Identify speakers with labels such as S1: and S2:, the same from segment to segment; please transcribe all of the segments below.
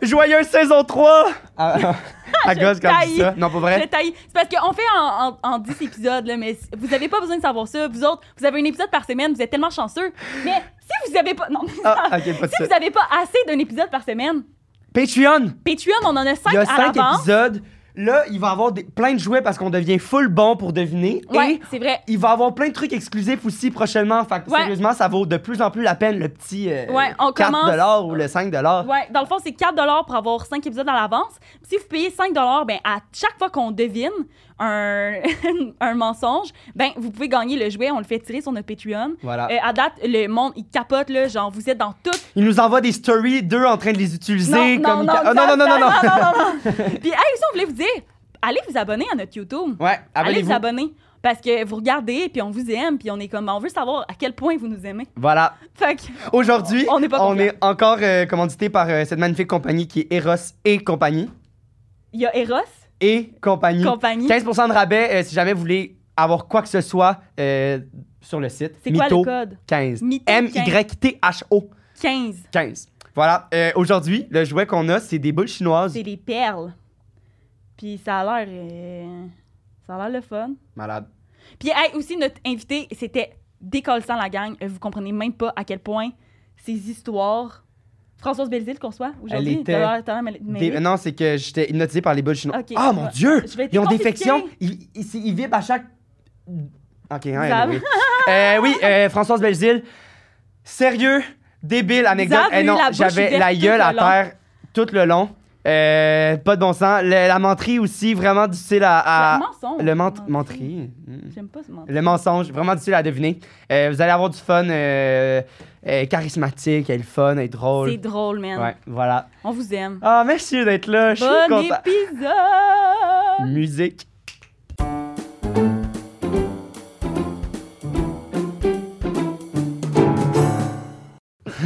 S1: Tailleuse saison 3!
S2: Ah, ah,
S1: À gosse comme
S3: taille.
S1: ça. Non, pas
S3: Le
S1: vrai?
S3: taille- C'est parce qu'on fait en, en, en 10 épisodes, là, mais vous n'avez pas besoin de savoir ça. Vous autres, vous avez un épisode par semaine, vous êtes tellement chanceux. Mais si vous n'avez pas. Non,
S1: Ah, ok, pas de
S3: si
S1: ça.
S3: vous n'avez pas assez d'un épisode par semaine,
S1: Patreon!
S3: Patreon, on en a 5
S1: Il y a
S3: à
S1: cinq
S3: l'avance.
S1: épisodes. Là, il va y avoir des- plein de jouets parce qu'on devient full bon pour deviner.
S3: Ouais,
S1: Et
S3: c'est vrai.
S1: il va y avoir plein de trucs exclusifs aussi prochainement. Fait que
S3: Ouais.
S1: sérieusement, ça vaut de plus en plus la peine le petit euh,
S3: Ouais, on
S1: 4
S3: commence-
S1: dollars ou le 5 dollars.
S3: Ouais, dans le fond, c'est 4 pour avoir 5 épisodes à l'avance. Si vous payez 5 ben, à chaque fois qu'on devine un, un mensonge, ben, vous pouvez gagner le jouet. On le fait tirer sur notre Patreon.
S1: Voilà.
S3: Euh, à date, le monde, il capote, là. Genre, vous êtes dans tout.
S1: Il nous envoie des stories d'eux en train de les utiliser
S3: non,
S1: comme
S3: Oh, non,
S1: Ah, non, non, non, non, non.
S3: non, non, non. Puis, hey, aussi, on voulait vous dire, allez vous abonner à notre YouTube.
S1: Ouais,
S3: allez vous
S1: abonnez-vous.
S3: abonner. Parce que vous regardez, puis on vous aime, puis on est comme, on veut savoir à quel point vous nous aimez.
S1: Voilà.
S3: Fait que,
S1: Aujourd'hui,
S3: On n'est pas confiant.
S1: est encore euh, commandité par euh, cette magnifique compagnie qui est Eros et compagnie.
S3: il y a Eros,
S1: Et compagnie.
S3: compagnie.
S1: 15% de rabais euh, si jamais vous voulez avoir quoi que ce soit euh, sur le site.
S3: C'est quoi le
S1: Mytho
S3: code?
S1: 15.
S3: Mytho 15.
S1: M-Y-T-H-O
S3: 15.
S1: 15. Voilà. Euh, Aujourd'hui, le jouet qu'on a, c'est des boules chinoises.
S3: C'est des perles. Puis ça a l'air. euh, ça a l'air le fun.
S1: Malade.
S3: Puis hey, aussi, notre invité, c'était décollissant la gang. Euh, Vous comprenez même pas à quel point ces histoires. Françoise Belzile qu'on soit aujourd'hui.
S1: Elle était
S3: t'as l'air- t'as l'air mêlée- mêlée.
S1: Des- non, c'est que j'étais hypnotisé par les boules chinoises.
S3: Ok,
S1: Ah
S3: je
S1: mon
S3: vais-
S1: Dieu!
S3: je vais être
S1: Ils ont des
S3: confisquée.
S1: fections. Ils, ils- ils vibrent à chaque. Ok, hein,
S3: Zab.
S1: anyway. Euh, oui, euh, Françoise Belzile. Sérieux, débile, anecdote.
S3: Zab a
S1: Eh
S3: eu
S1: non,
S3: la bouche
S1: j'avais
S3: ouverte
S1: la
S3: tout
S1: gueule
S3: le
S1: à
S3: long.
S1: terre tout le long. Euh, pas de bon sens. Le- la menterie aussi, vraiment difficile à. à-
S3: Le mensonge.
S1: Ah, Le ment-
S3: Menterie.
S1: menterie. Mm.
S3: J'aime pas ce mensonge.
S1: Le mensonge, vraiment difficile à deviner. Euh, vous allez avoir du fun, euh, euh, charismatique, elle est fun, elle est drôle.
S3: C'est drôle, man.
S1: Ouais, voilà.
S3: On vous aime.
S1: Ah, merci d'être là, je suis
S3: bon
S1: content.
S3: épisode!
S1: Musique.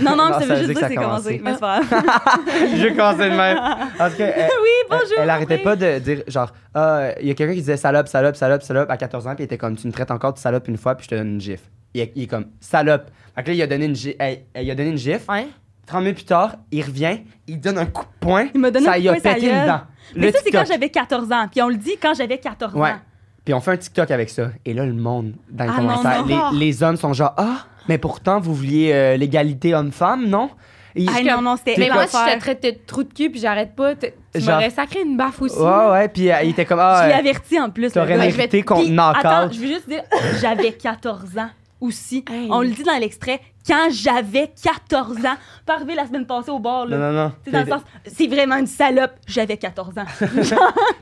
S3: Non, non,
S1: Non,
S3: ça
S1: ça
S3: veut
S1: veut
S3: juste dire
S1: dire que ça
S3: que c'est
S1: a
S3: commencé.
S1: commencé.
S3: Mais c'est pas grave.
S1: Je commençais de même. Parce que, euh,
S3: oui, bonjour.
S1: elle arrêtait
S3: André.
S1: pas de dire, genre, ah, il y a quelqu'un qui disait salope, salope, salope, salope à 14 ans, puis il était comme, tu me traites encore de salope une fois, puis je te donne une gifle. Il est, il est comme, salope. Fait que là, il a donné une gifle. il a donné une gifle.
S4: Ouais.
S1: 30 minutes plus tard, il revient, il donne un coup de poing.
S3: Il m'a donné
S1: ça
S3: un coup
S1: y a
S3: de poing, ça
S1: pété une
S3: gueule.
S1: dent.
S3: Mais
S1: Le
S3: ça, c'est
S1: TikTok.
S3: quand j'avais 14 ans. Puis on le dit quand j'avais 14
S1: Ouais.
S3: ans.
S1: Puis on fait un TikTok avec ça. Et là, le monde, dans les
S3: Ah non,
S1: commentaires,
S4: non.
S1: les, les hommes sont genre Ah, mais pourtant, vous vouliez euh, l'égalité homme-femme, non? Et-
S3: Ah non, non, c'était
S4: Mais moi, si
S3: l'enfer.
S4: je te traite de trou de cul puis j'arrête pas, t- tu
S1: Genre-
S4: m'aurais sacré une baffe aussi.
S1: Ouais, ouais. Puis euh, il était comme Ah,
S3: Je l'ai
S1: euh,
S3: averti en plus. le
S1: t'aurais
S3: gars.
S4: Ouais, je vais
S1: mérité
S4: te-
S1: qu'on
S3: Puis,
S1: knock
S3: attends,
S1: out.
S3: je veux juste dire, j'avais 14 ans aussi.
S4: Hey.
S3: On le dit dans l'extrait, quand j'avais 14 ans. Pas arrivé la semaine passée au bord,
S1: Non,
S3: là.
S1: non, non.
S3: C'est dans le sens, c'est vraiment une salope, j'avais 14 ans.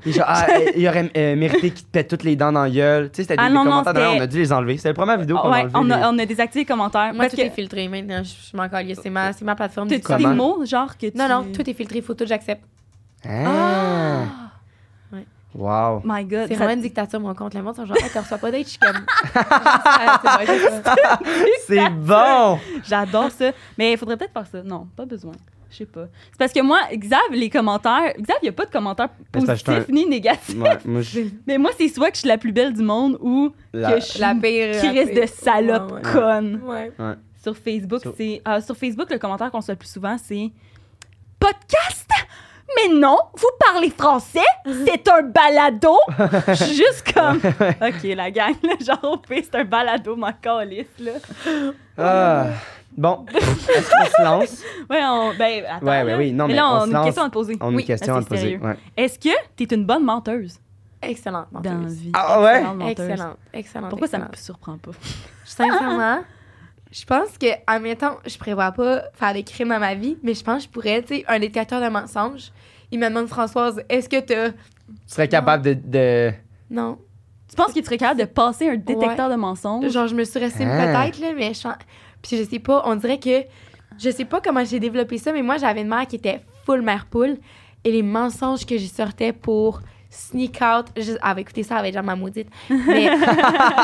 S1: Et genre, Ah, euh, il aurait euh, mérité qu'il te pète toutes les dents dans la gueule. Tu sais, c'était des,
S3: Ah
S1: des
S3: non, non,
S1: commentaires. Non, non,
S3: c'était-
S1: on a dû les enlever. C'était la première vidéo qu'on a
S3: ouais,
S1: enlevée.
S3: on
S1: les-
S3: a, on a désactivé les commentaires.
S4: Moi,
S3: parce
S4: tout
S3: que
S4: est filtré maintenant. Je, je m'en calais. C'est ma, c'est ma plateforme.
S3: t'as-tu
S4: TikTok.
S3: des
S1: Comment?
S3: mots, genre que tu.
S4: Non, non, tout est filtré. Photo, j'accepte.
S1: Ah.
S4: Ouais.
S1: Wow.
S3: Oh My God.
S4: C'est
S3: ça-
S4: vraiment une dictature, mon compte. Le monde sont genre, hey, tu reçois pas d'être, je suis comme. Ah, c'est vrai, c'est ça.
S1: C'est bon!
S3: J'adore ça. Mais il faudrait peut-être faire ça. Non, pas besoin. Je sais pas. C'est parce que moi, Xav, les commentaires. Xav, il n'y a pas de commentaires
S1: Mais c'est parce que
S3: positifs ni négatifs.
S1: Ouais, moi, je.
S3: Mais moi, c'est soit que je suis la plus belle du monde ou
S1: La-
S3: que je suis
S4: La
S3: une
S4: pire. la
S3: crise
S4: pire.
S3: de salope
S4: Ouais,
S3: conne.
S4: ouais. Ouais.
S3: Sur Facebook,
S1: Sur-
S3: c'est. ah, sur Facebook, le commentaire qu'on se fait le plus souvent, c'est Podcast! Mais non, vous parlez français, c'est un balado. Je suis juste comme, OK, la gang, là, genre, au pire, c'est un balado, ma calisse, là.
S1: Ah. Bon, est-ce qu'on se lance?
S3: Ouais, on, ben, attends. là.
S1: Ouais, ouais, oui, non, mais
S3: là,
S1: on
S3: on,
S1: se
S3: a une
S1: lance.
S3: question à te poser.
S1: On a
S3: Oui,
S1: une question
S3: parce
S1: à te
S3: que c'est
S1: poser.
S3: sérieux.
S1: ouais.
S3: Est-ce que t'es une bonne menteuse
S4: Excellente
S3: dans la
S4: menteuse.
S3: vie?
S1: Ah ouais?
S3: Excellente menteuse.
S4: Excellente. Excellente.
S3: Pourquoi ça
S4: excellente.
S3: me surprend pas?
S4: Sincèrement, je pense que, admettons, je prévois pas faire des crimes dans ma vie, mais je pense que je pourrais, tu sais, un détecteur de mensonges. Il me demande, Françoise, est-ce que t'as.
S1: Tu serais capable de- de...
S4: Non.
S3: Tu penses que tu serais capable de passer un détecteur de mensonges?
S4: Genre, je me surestime
S1: Ah.
S4: peut-être, là, mais je sens- Puis je sais pas, on dirait que. Je sais pas comment j'ai développé ça, mais moi, j'avais une mère qui était full mère poule. Et les mensonges que j'y sortais pour sneak out. Je... Ah, bah, écoutez ça, avec genre ma maudite. Mais.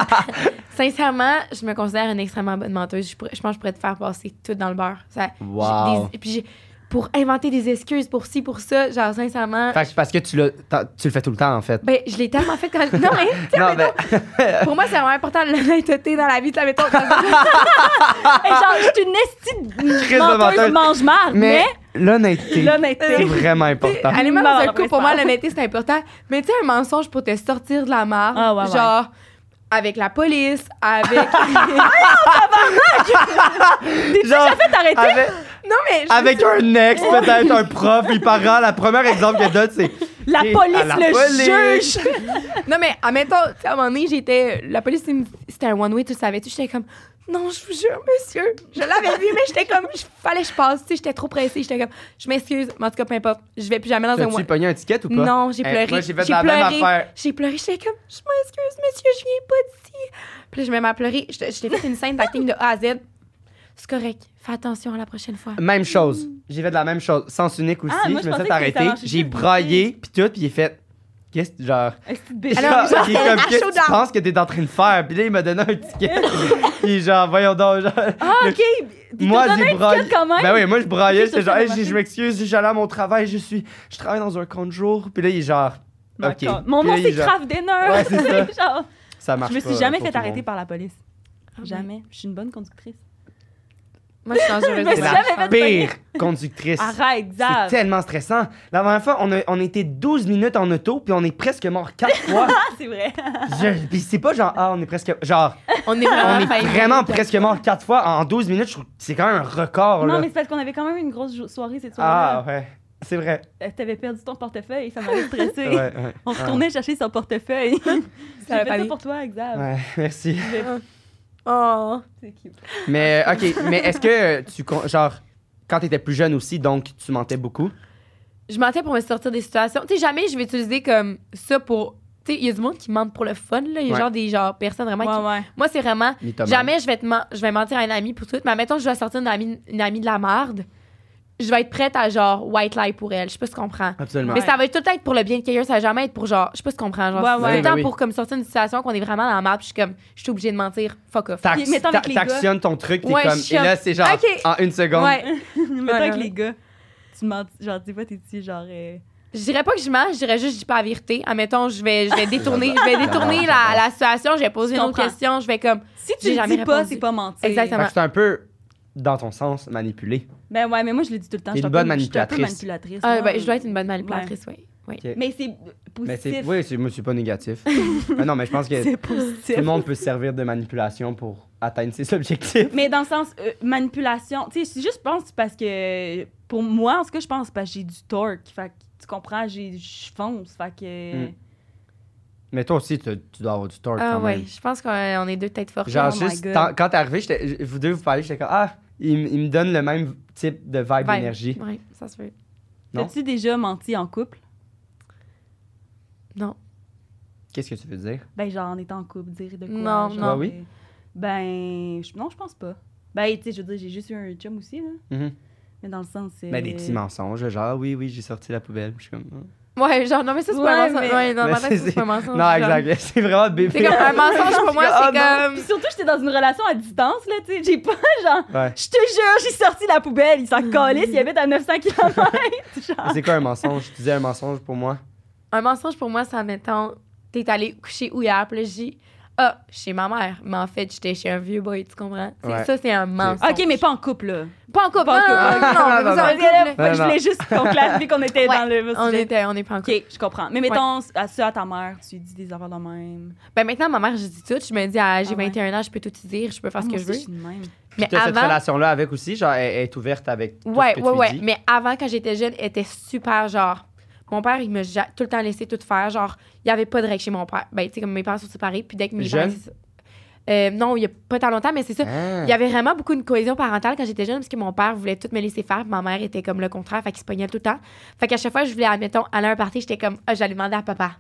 S4: Sincèrement, je me considère une extrêmement bonne menteuse. Je, pourrais- je pense que je pourrais te faire passer tout dans le beurre. Ça, j'ai
S1: Wow.
S4: des- Et puis, j'ai- pour inventer des excuses pour ci, pour ça, genre, sincèrement.
S1: Fait que parce que tu, l'as- t'as- tu le fais tout le temps, en fait.
S4: Ben, je l'ai tellement fait quand. Non, mais. tu sais,
S1: Non, ben,
S4: Pour moi, c'est vraiment important l'honnêteté dans la vie. Tu sais, mettons, quand-
S3: Hey, genre, je suis une estie de
S1: de
S3: menteuse
S1: menteuse.
S3: mange marre mais...
S1: mais L'honnêteté. C'est
S3: L'honnêteté.
S1: vraiment important.
S4: Aller même dans
S3: Mort,
S4: un couple, pour moi,
S3: Vincent.
S4: l'honnêteté, c'est important. Mais tu sais, un mensonge pour te sortir de la mare,
S3: Ah, ouais, ouais.
S4: genre avec la police, avec.
S1: Euh, Genre,
S3: Faites arrêter.
S1: avec,
S4: non, mais. je-
S1: avec un ex, peut-être un prof, les parents. La première exemple que donne, c'est.
S3: La
S1: Et
S3: police
S1: à la
S3: le
S1: police.
S3: juge.
S4: Non, mais admettons, tu sais, à un moment donné, j'étais. La police, il me- c'était un one-way, tu le savais-tu? J'étais comme. Non, je vous jure, monsieur. Je l'avais vu, mais j'étais comme. il Fallait que je passe, tu sais, j'étais trop pressée. J'étais comme. Je m'excuse, mais en tout cas, peu importe. Je vais plus jamais dans un
S1: T'as-tu
S4: one
S1: pogné un ticket ou pas?
S4: Non, j'ai
S1: Hey,
S4: pleuré.
S1: Eh, moi, j'ai fait la même
S4: pleuré.
S1: affaire.
S4: J'ai pleuré. J'étais comme, je m'excuse, monsieur, je viens pas d'ici. Puis là, je me mets à pleurer. Je, je t'ai fait une scène d'acting de A à Z. C'est correct. Fais attention la prochaine fois.
S1: Même chose. J'ai fait de la même chose. Sens unique aussi.
S3: Ah, moi,
S1: je
S3: je
S1: me
S3: pensais
S1: suis fait
S3: que t'étais
S1: arrêter.
S3: en
S1: J'ai
S3: chute.
S1: braillé, puis tout, puis il est fait. Qu'est-ce que. Genre.
S3: Ah
S4: Alors,
S1: Genre, il est
S4: genre,
S1: comme,
S4: à
S1: qu'est-ce
S4: chaud
S1: que tu
S4: dans-
S1: penses que t'es en train de faire? Puis là, il m'a donné un ticket. puis genre, voyons donc. Genre,
S3: Ah, OK.
S1: moi, j'ai braillé.
S3: quand même.
S1: Ben oui, moi, je braillais.
S3: Ok,
S1: J'étais
S3: ça,
S1: genre,
S3: ça
S1: hey,
S3: m'a
S1: j'ai- je
S3: fait.
S1: m'excuse, j'allais à mon travail, je suis. Je travaille dans un compte jour. Puis là, il est genre.
S3: Mon
S1: Ok.
S3: God. Mon
S1: Puis
S3: nom,
S1: là, il
S3: c'est
S1: genre-
S3: Kraft Dinner.
S1: Ouais, c'est ça.
S3: Genre,
S1: Ça marche
S3: je me suis
S1: pas,
S3: jamais
S1: pour
S3: fait
S1: tout le
S3: arrêter
S1: monde. ben.
S3: par la police.
S4: Ah,
S3: Jamais. Je suis une bonne conductrice.
S4: Moi, je suis
S3: Mais
S4: dangereuse.
S1: C'est
S3: J'ai
S1: la
S3: jamais fait de
S1: pire conductrice.
S3: Arrête,
S1: C'est
S3: Xav.
S1: tellement stressant. La dernière fois, on, a, on était 12 minutes en auto, puis on est presque mort quatre fois.
S3: Ah, c'est vrai.
S1: Je- puis c'est pas genre, ah, on est presque. Genre,
S4: On est
S1: on
S3: Ah,
S4: vraiment,
S3: ben,
S1: est
S4: failli.
S1: vraiment presque mort quatre fois en 12 minutes. Je trouve que c'est quand même un record, là.
S3: Non, mais c'est parce qu'on avait quand même une grosse jo- soirée cette
S1: ah,
S3: soirée-là.
S1: ouais. C'est vrai.
S3: Euh, T'avais perdu ton portefeuille, ça m'avait stressé.
S1: Ah. Ouais, ouais. Ah.
S3: On retournait chercher son portefeuille.
S4: Ça va
S3: J'ai
S4: pas
S3: fait ça
S4: aller.
S3: pour toi, Xav.
S1: Ouais, merci.
S4: Oh.
S3: C'est cute.
S1: Mais, OK, mais est-ce que tu. con- Genre, quand t'étais plus jeune aussi, donc tu mentais beaucoup?
S4: Je mentais pour me sortir des situations. Tu sais, jamais je vais utiliser comme ça pour. Tu sais, il y a du monde qui ment pour le fun, là. Il y a
S1: Ouais.
S4: genre des genre, personnes vraiment.
S3: Ouais,
S4: qui-
S3: ouais.
S4: Moi, c'est vraiment.
S1: mythomane?
S4: Jamais je vais, te men- je vais mentir à un ami pour tout. Mais mettons, je dois sortir une amie, une amie de la marde. Je vais être prête à genre white lie pour elle. Je sais pas si tu comprends.
S1: Absolument.
S4: Mais ça va être tout le temps être pour le bien de quelqu'un. Ça va jamais être pour genre. Je sais pas si tu comprends. Genre,
S3: Ouais,
S4: c'est
S3: ouais.
S4: tout le temps
S1: Oui, oui.
S4: pour comme sortir une situation qu'on est vraiment dans la marde. puis Je suis comme, je suis obligée de mentir. Fuck off.
S1: T'ac-
S3: Puis, mettons avec
S1: t'a-
S3: les gars.
S1: T'actionnes ton truc, t'es
S4: Ouais,
S1: comme.
S4: je suis
S1: Et là, c'est genre,
S4: OK.
S1: en une seconde.
S4: Ouais.
S3: Mettons
S4: Ouais,
S3: avec
S4: ouais.
S3: les gars, tu mens, genre, dis pas, t'es petit, genre. euh,
S4: Je dirais pas que je mens. Je dirais juste, je dis pas la vérité. Admettons, je vais, je vais détourner, je vais
S1: J'adore,
S4: détourner la,
S1: j'adore.
S4: la situation. Je vais poser
S3: Je
S4: une autre
S3: comprends.
S4: question. Je vais comme.
S3: Si tu
S4: J'ai
S3: le
S4: jamais
S3: dis pas,
S4: répondu.
S3: c'est pas mentir.
S4: Exactement.
S1: Fait que c'est un peu, dans ton sens, manipulé.
S3: Ben ouais, mais moi, je le dis tout le temps.
S1: T'es
S3: je suis
S1: une
S3: un
S1: bonne
S3: peu- je suis un peu
S1: manipulatrice.
S3: manipulatrice.
S4: Ah,
S3: moi.
S4: ben, je dois être une bonne manipulatrice, oui. Oui.
S1: Ok.
S3: Mais c'est
S1: Mais c'est.
S3: positif.
S1: Oui, c'est- moi, je suis pas négatif. mais non, mais je pense que
S3: C'est
S1: tout
S3: positif.
S1: le monde peut se servir de manipulation pour atteindre ses objectifs.
S3: Mais dans le sens euh, manipulation, tu sais, c'est juste je pense parce que pour moi en tout cas je pense parce que j'ai du torque, fait que tu comprends, j'ai je fonce, fait que
S1: Mm. Mais toi aussi, tu, tu dois avoir du tort
S4: Ah,
S1: quand
S4: ouais.
S1: même.
S4: Je pense qu'on on est deux têtes fortes.
S1: Genre,
S3: Oh my
S1: juste,
S3: God.
S1: tant- quand t'es arrivé, j'étais- j- vous deux, vous parlez, j'étais comme, ah, il, m- il me donne le même type de vibe,
S4: Ouais.
S1: d'énergie.
S4: Ouais, ça se fait.
S1: Non.
S3: as-tu déjà menti en couple
S4: Non.
S1: Qu'est-ce que tu veux dire?
S3: Ben genre en étant en couple, dire de quoi
S4: Non,
S3: genre,
S4: non.
S1: Ah oui?
S3: euh, Ben je- non, je pense pas. Ben tu sais, je veux dire j'ai juste eu un chum aussi là,
S1: Mhm.
S3: mais dans le sens euh, c'est
S1: Mais Ben, des petits mensonges, genre, Ah oui, oui, j'ai sorti la poubelle. Je suis comme, ah.
S4: Ouais, genre, non, mais ça, c'est pas un
S3: Ouais,
S4: mensonge.
S3: mais-
S4: Ouais, non,
S1: Mais
S4: dans ma tête,
S1: c'est-
S4: c'est pas un mensonge.
S1: non,
S4: Oh, genre.
S1: exact, c'est vraiment
S4: C'est
S1: bébé.
S4: comme un mensonge pour moi,
S1: Ah,
S4: c'est
S3: Puis
S4: comme.
S3: surtout j'étais dans une relation à distance là, tu sais, j'ai pas genre
S1: Ouais.
S3: je te jure, j'ai sorti la poubelle, il s'en calisse, il habite à 900 km.
S1: Mais C'est quoi un mensonge? Tu disais un mensonge pour moi?
S4: Un mensonge pour moi, c'est mettons, t'es allé coucher où hier, puis là, je dis, ah, chez ma mère. Mais en fait, j'étais chez un vieux boy, tu comprends? C'est-
S1: Ouais.
S4: Ça, c'est un mensonge.
S3: OK, mais pas en couple là.
S4: pas en couple.
S3: pas en
S4: non,
S3: couple.
S4: non, non,
S1: Non,
S4: non, non,
S1: non,
S3: Parce
S4: non,
S3: que là,
S4: non,
S1: Ouais,
S3: je voulais juste qu'on clarifie qu'on était dans le
S4: On
S3: sujet.
S4: était, on est pas en couple.
S3: OK, je comprends. Mais mettons, à ça, à ta mère, tu dis des affaires de même.
S4: Ben maintenant, ma mère, je dis tout. Je me dis, ah, j'ai
S3: Ah ouais.
S4: 21 ans, je peux tout te dire, je peux faire
S3: Parce
S4: ce que je
S3: je
S4: veux.
S3: suis de même.
S1: Puis
S4: Mais
S1: t'as cette
S4: avant,
S1: relation-là avec aussi, genre, elle, elle est ouverte avec tout ce
S4: ouais,
S1: que
S4: ouais,
S1: tu
S4: ouais.
S1: dis.
S4: Mais avant, quand j'étais jeune, elle était super genre. Mon père, il m'a ja- tout le temps laissé tout faire. Genre, il n'y avait pas de règle chez mon père. Ben, tu sais, comme mes parents sont séparés, puis dès que mes
S1: Jeune?
S4: parents. Euh, non, il n'y a pas tant longtemps, mais c'est ça.
S1: Ah.
S4: Il y avait vraiment beaucoup de cohésion parentale quand j'étais jeune parce que mon père voulait tout me laisser faire, puis ma mère était comme le contraire, fait qu'il se pognait tout le temps. Fait qu'à chaque fois, je voulais, admettons, aller à un party, j'étais comme, ah, j'allais demander à papa.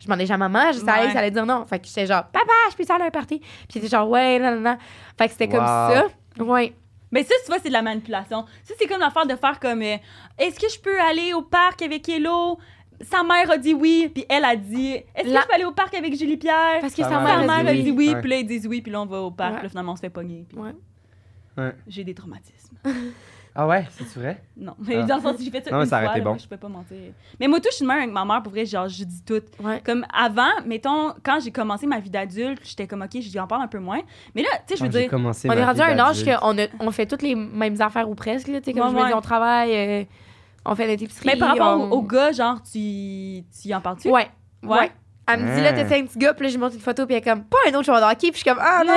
S4: Je demandais déjà à maman, je savais
S3: Ouais.
S4: que ça allait dire non. Fait que j'étais genre, papa, je peux aller à un party. Puis c'était genre, ouais, non, non, non. Fait que c'était comme
S1: Wow.
S4: ça. Ouais.
S3: Mais ça, tu vois, c'est de la manipulation. Ça, c'est comme l'affaire de faire comme euh, Est-ce que je peux aller au parc avec Hello Sa mère a dit oui, puis elle a dit Est-ce que
S4: La-
S3: je peux aller au parc avec Julie Pierre
S4: Parce que
S1: Ta
S4: sa
S3: Sa
S4: mère,
S3: mère a dit oui,
S1: Ouais.
S3: puis là, ils disent oui, puis là, on va au parc.
S4: Ouais.
S3: Là, finalement, on se fait pogner. puis
S4: Ouais.
S1: Ouais.
S3: J'ai des traumatismes.
S1: Ah ouais, c'est vrai?
S3: Non, mais
S1: Ah.
S3: dans le sens, j'ai fait ça
S1: Non, mais
S3: une
S1: ça
S3: fois,
S1: aurait été
S3: là,
S1: bon.
S3: moi, je peux pas mentir. Mais moi, tout, je suis de même avec ma mère, pour vrai, genre, je dis tout.
S4: Ouais.
S3: Comme avant, mettons, quand j'ai commencé ma vie d'adulte, j'étais comme, OK, je lui en parle un peu moins. Mais là, tu sais, je veux
S1: Quand j'ai
S3: dire,
S1: commencé
S4: On
S1: ma
S4: est rendu à
S1: vie
S4: un âge
S1: d'adulte.
S4: qu'on a- on fait toutes les mêmes affaires ou presque. Là, tu sais, comme
S3: Ouais,
S4: je me dis,
S3: ouais.
S4: on travaille, euh, on fait notre épicerie.
S3: mais par rapport
S4: on-
S3: au, au gars, genre, tu, tu y en parles-tu?
S4: Ouais.
S3: Ouais.
S4: Ouais. Elle me dit, là,
S1: Hein.
S4: t'es un petit gars, puis là, je lui montre une photo, puis elle est comme, pas un autre joueur de hockey, puis je suis comme, ah non!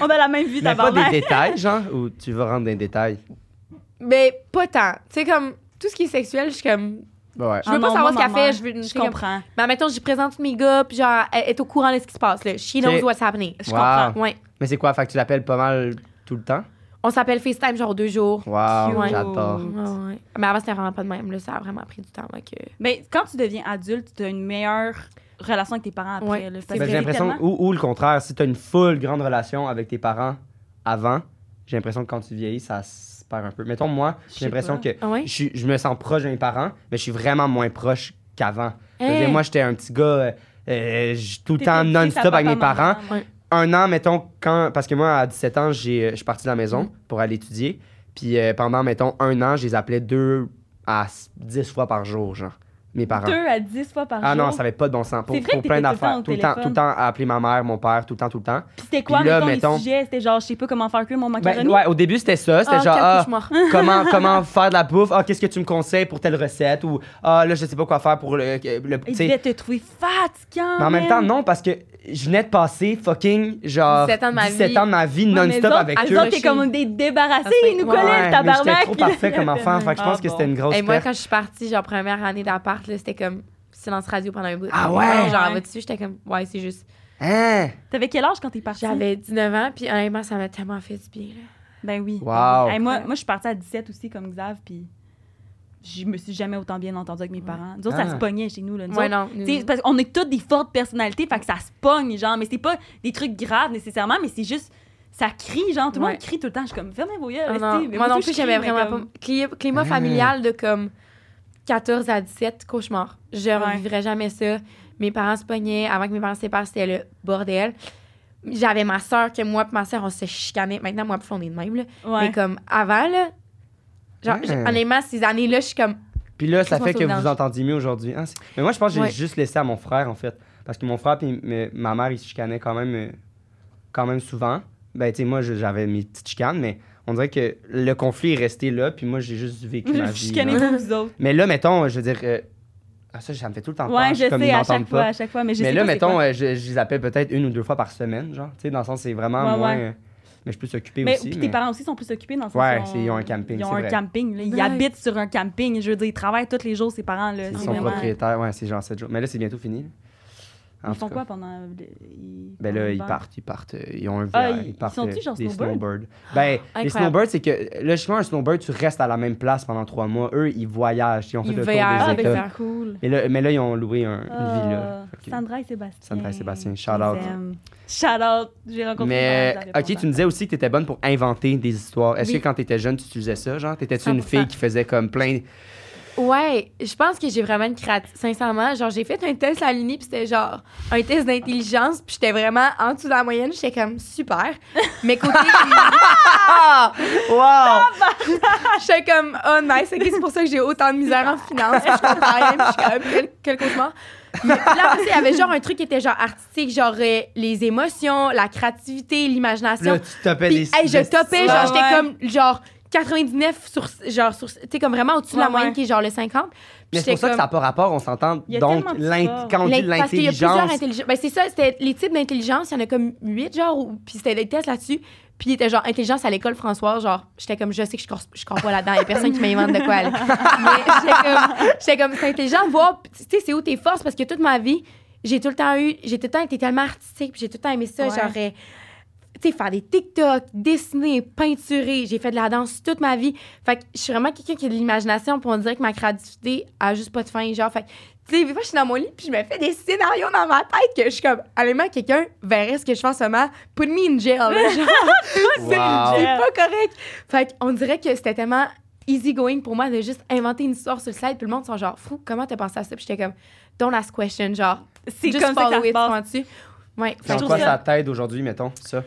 S3: On a la même vie,
S1: Mais pas
S3: tabarnak.
S1: des détails, genre, ou tu vas rentrer dans les détails?
S4: Mais pas tant. Tu sais, comme, tout ce qui est sexuel, je suis comme,
S1: Ouais.
S4: je veux
S3: Ah
S4: pas
S3: non, moi,
S4: savoir ce
S3: ma
S4: qu'elle fait,
S3: mère,
S4: je veux.
S3: Je comprends.
S4: Mais mettons, j'y présente tous mes gars, puis genre, elle est au courant de ce qui se passe, là. She knows
S1: Ok.
S4: what's happening.
S3: Je
S1: Wow.
S3: comprends.
S4: Ouais.
S1: Mais c'est quoi? Fait que tu l'appelles pas mal tout le temps?
S4: On s'appelle FaceTime, genre, deux jours.
S1: Wow,
S4: Cute.
S1: j'adore.
S4: Ouais, ouais. Mais avant, c'était vraiment pas de même, là. Ça a vraiment pris du temps, là, que.
S3: Mais quand tu deviens adulte, tu as une meilleure relation avec tes parents après.
S4: Ouais,
S3: là.
S4: c'est
S1: Ben,
S4: vrai,
S1: j'ai l'impression,
S3: tellement-
S1: ou, ou le contraire, si tu as une full grande relation avec tes parents avant, j'ai l'impression que quand tu vieillis, ça se perd un peu. Mettons, moi,
S3: Je sais
S1: j'ai l'impression
S3: pas.
S1: que
S4: Ah ouais?
S1: je, suis- je me sens proche de mes parents, mais je suis vraiment moins proche qu'avant. Je veux
S4: Hey.
S1: dire, Moi, j'étais un petit gars euh, euh, j- tout le
S3: T'étais
S1: temps
S3: petit,
S1: non-stop
S3: papa,
S1: avec mes
S3: maman,
S1: parents.
S3: ouais.
S1: un an, mettons, quand. Parce que moi, à 17 ans, j'ai- euh, je suis parti de la maison
S3: Mhm.
S1: pour aller étudier. Puis euh, pendant, mettons, un an, je les appelais deux à s- dix fois par jour, genre, mes parents.
S3: Deux à dix fois par
S1: ah
S3: jour.
S1: non, ça avait pas de bon sens. Pour,
S3: C'est vrai
S1: pour
S3: que
S1: plein
S3: t'étais tout le temps
S1: d'affaires.
S3: au
S1: Tout le temps, tout
S3: téléphone.
S1: le temps à appeler ma mère, mon père, tout le temps, tout le temps.
S3: Puis c'était quoi,
S1: Puis là,
S3: mettons,
S1: mettons-
S3: les sujets? C'était genre, je sais pas comment faire cuire mon macaroni?
S1: Ben, ouais, au début, c'était ça. C'était
S4: Ah,
S1: genre,
S4: quel
S1: ah,
S4: cauchemar.
S1: comment, comment faire de la bouffe? Ah, qu'est-ce que tu me conseilles pour telle recette? Ou, ah, là, je sais pas quoi faire pour le. le tu
S3: Il
S1: sais.
S3: devait te trouver fatigant.
S1: Mais en même
S3: man.
S1: temps, non, parce que je venais de passer fucking, genre,
S4: 17 ans de ma
S1: 17
S4: vie.
S1: ans de ma vie
S3: Ouais, mais
S1: non-stop
S3: eux autres-
S1: avec
S3: eux
S1: eux.
S3: autres, t'es comme des débarrassés,
S4: Ah,
S3: ils nous
S4: ouais,
S3: collaient le
S1: Ouais, mais J'étais
S3: tabarnak.
S1: trop parfait comme enfant. Fait que je pense
S3: Ah,
S1: que c'était
S3: bon.
S1: une grosse
S4: Et moi,
S1: perte.
S4: quand je suis partie, genre, première année d'appart, là, c'était comme silence radio pendant un bout.
S1: Ah ouais?
S4: Genre,
S3: Ouais.
S4: vas-tu? J'étais comme, ouais, c'est juste.
S1: Hein?
S3: T'avais quel âge quand t'es partie?
S4: J'avais 19 ans, puis honnêtement, ça m'a tellement fait du bien, là.
S3: Ben oui.
S1: Wow.
S3: Ben oui. Hey, moi, moi, je suis partie à 17 aussi, comme Xav, puis je me suis jamais autant bien entendue avec mes parents. Nous autres, ça
S1: Ah.
S3: se pognait chez nous. Là. Nous
S4: Ouais,
S3: autres,
S4: non. nous-
S3: T'sais, parce qu'on est toutes des fortes personnalités, fait que ça se pogne, genre. Mais c'est pas des trucs graves nécessairement, mais c'est juste. Ça crie, genre. Tout le
S4: Ouais.
S3: monde crie tout le temps. Je suis comme, fermez vos yeux.
S4: Ah non, moi non plus, j'aimais vraiment pas. Cli- Climat
S1: Ah.
S4: familial de comme 14 à 17, cauchemar. Je
S3: Ouais.
S4: revivrais jamais ça. Mes parents se pognaient. Avant que mes parents se séparent, c'était le bordel. J'avais ma soeur, que moi, puis ma soeur, on se chicanait. Maintenant, moi, puis on est de même, là. Mais comme avant, là. Genre,
S1: Ah.
S4: j'ai- honnêtement, ces années-là, je suis comme.
S1: Puis là, ça
S4: Christmas
S1: fait que
S4: au
S1: vous
S4: Dange.
S1: entendiez mieux aujourd'hui. Ah, c'est- mais moi, je pense que j'ai
S4: Ouais.
S1: juste laissé à mon frère, en fait. Parce que mon frère et ma mère, ils se chicanaient quand même, euh, quand même souvent. Ben, tu sais, moi, je- j'avais mes petites chicanes, mais on dirait que le conflit est resté là, puis moi, j'ai juste vécu ma
S3: Je
S1: vie.
S3: suis
S1: genre.
S3: vous autres.
S1: Mais là, mettons, euh, je veux dire. euh, ah, ça, ça me fait tout le temps peur.
S3: Ouais,
S1: je
S3: je
S1: suis comme, ils
S3: sais, à
S1: m'entendent
S3: chaque
S1: pas.
S3: fois, à chaque fois. Mais, je
S1: mais
S3: sais
S1: là,
S3: pas c'est
S1: mettons,
S3: quoi.
S1: euh, je, je les appelle peut-être une ou deux fois par semaine, genre. Tu sais, dans le sens, c'est vraiment
S3: Ouais,
S1: moins.
S3: ouais.
S1: euh, mais je peux s'occuper
S3: Mais
S1: aussi.
S3: puis
S1: mais-
S3: tes parents aussi sont plus occupés dans le sens
S1: Ouais,
S3: où
S1: c'est- ils ont un camping,
S3: Ils ont
S1: c'est
S3: un
S1: vrai.
S3: camping. là. Ils
S4: Ouais.
S3: habitent sur un camping. Je veux dire, ils travaillent tous les jours, ces parents-là.
S1: Ils
S3: C'est
S1: sont
S3: vraiment-
S1: propriétaires, ouais, c'est genre 7 jours. Mais là, c'est bientôt fini. En
S3: Ils
S1: tout
S3: font
S1: cas.
S3: quoi pendant. ils-
S1: Ben là,
S3: pendant
S1: ils
S3: l'hiver?
S1: partent, ils partent, euh, ils ont un VR,
S3: Ah, ils-
S1: ils,
S3: ils
S1: partent
S3: sont-tu
S1: euh,
S3: genre
S1: des
S3: snowbirds?
S1: snowbirds. Ben, les
S4: Incroyable.
S1: snowbirds, c'est que logiquement, un snowbird, tu restes à la même place pendant trois mois. Eux, ils voyagent, ils ont fait
S4: Ils
S1: le
S4: voyagent.
S1: tour
S3: Ah,
S1: des
S3: ben
S1: États.
S3: c'est cool.
S1: Et là, mais là, ils ont loué un- une
S3: Ah,
S1: villa. Fait que-
S3: Sandra et Sébastien.
S1: Sandra et Sébastien, shout
S3: Je les
S1: out.
S3: aime. Shout out. J'ai rencontré
S1: Mais,
S3: Sandra, j'avais
S1: ok,
S3: pas
S1: tu me disais aussi que t'étais bonne pour inventer des histoires. Est-ce
S4: Oui.
S1: que quand t'étais jeune, tu utilisais ça, genre? T'étais-tu une
S4: 100%.
S1: fille qui faisait comme plein...
S4: Ouais, je pense que j'ai vraiment une créativité. Sincèrement, genre, j'ai fait un test à l'Uni, puis c'était genre un test d'intelligence, puis j'étais vraiment en dessous de la moyenne. J'étais comme super. Mais côté.
S1: Wow!
S4: J'étais comme, oh nice, ok, c'est pour ça que j'ai autant de misère en finance. Puis Je comprends rien, puis je suis comme, quel, quel cauchemar. Mais puis là, après ça, il y avait genre un truc qui était genre artistique, genre euh, les émotions, la créativité,
S1: Là,
S4: l'imagination.
S1: tu topais
S4: Puis,
S1: des...
S4: hey, je
S1: des-
S4: topais,
S3: Ah
S4: genre, j'étais
S3: ouais.
S4: comme, genre, 99 sur, genre, sur, tu sais, comme vraiment au-dessus de la
S3: Ouais,
S4: moyenne
S3: ouais.
S4: qui est genre le 50. Puis
S1: Mais c'est pour
S4: j'étais
S1: ça que ça n'a pas rapport, on s'entend.
S3: Il y a
S1: Donc,
S3: tellement de
S1: l'int-
S3: sports.
S1: quand on dit
S4: L'in- Parce qu'il y a plusieurs
S1: l'intelligence,
S4: intelligences. Ben, c'est ça, c'était les types d'intelligence, il y en a comme huit, genre, ou- puis c'était des tests là-dessus. Puis il était genre intelligence à l'école François, genre, j'étais comme, je sais que je corse- je corse pas là-dedans, il y a personne qui m'invente de quoi, là. Mais j'étais comme, j'étais comme, c'est intelligent, voir, tu sais, c'est où tes forces, parce que toute ma vie, j'ai tout le temps eu, j'ai tout le temps été tellement artistique, puis j'ai tout le temps aimé ça,
S3: Ouais.
S4: genre, euh, tu sais, faire des TikTok, dessiner, peinturer, j'ai fait de la danse toute ma vie. Fait que je suis vraiment quelqu'un qui a de l'imagination, pour on dirait que ma créativité a juste pas de fin, genre, fait que, tu sais, des fois, je suis dans mon lit, puis je me fais des scénarios dans ma tête que je suis comme, honnêtement, quelqu'un verrait ce que je fais en ce moment, put me in jail, là, genre. C'est
S1: Wow.
S4: c'est pas correct. Fait qu'on dirait que c'était tellement easy going pour moi de juste inventer une histoire sur le slide. Puis le monde sont genre, fou, comment t'as pensé à ça? Puis j'étais comme, don't ask question, genre,
S3: C'est
S4: just
S3: comme ça que
S4: follow
S3: ça se
S4: it,
S3: passe.
S4: tu comprends-tu? Ouais, fait
S1: dans
S3: trouve
S1: quoi
S3: ça-
S1: ça t'aide aujourd'hui, mettons, ça?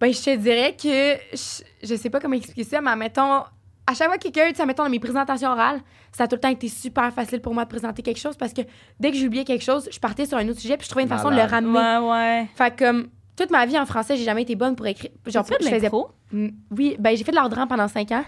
S4: Ben, je te dirais que je, je sais pas comment expliquer ça, mais mettons, à chaque fois que quelqu'un, tu sais, mettons, dans mes présentations orales, ça a tout le temps été super facile pour moi de présenter quelque chose parce que dès que j'oubliais quelque chose, je partais sur un autre sujet puis je trouvais une façon de le
S1: Malade.
S4: ramener.
S3: Ouais, ouais.
S4: Fait que, comme, toute ma vie en français, j'ai jamais été bonne pour écrire. Genre,
S3: T'as-tu fait de
S4: je faisais.
S3: l'impro?
S4: Mm, Oui, ben, j'ai fait de l'ordre pendant cinq ans.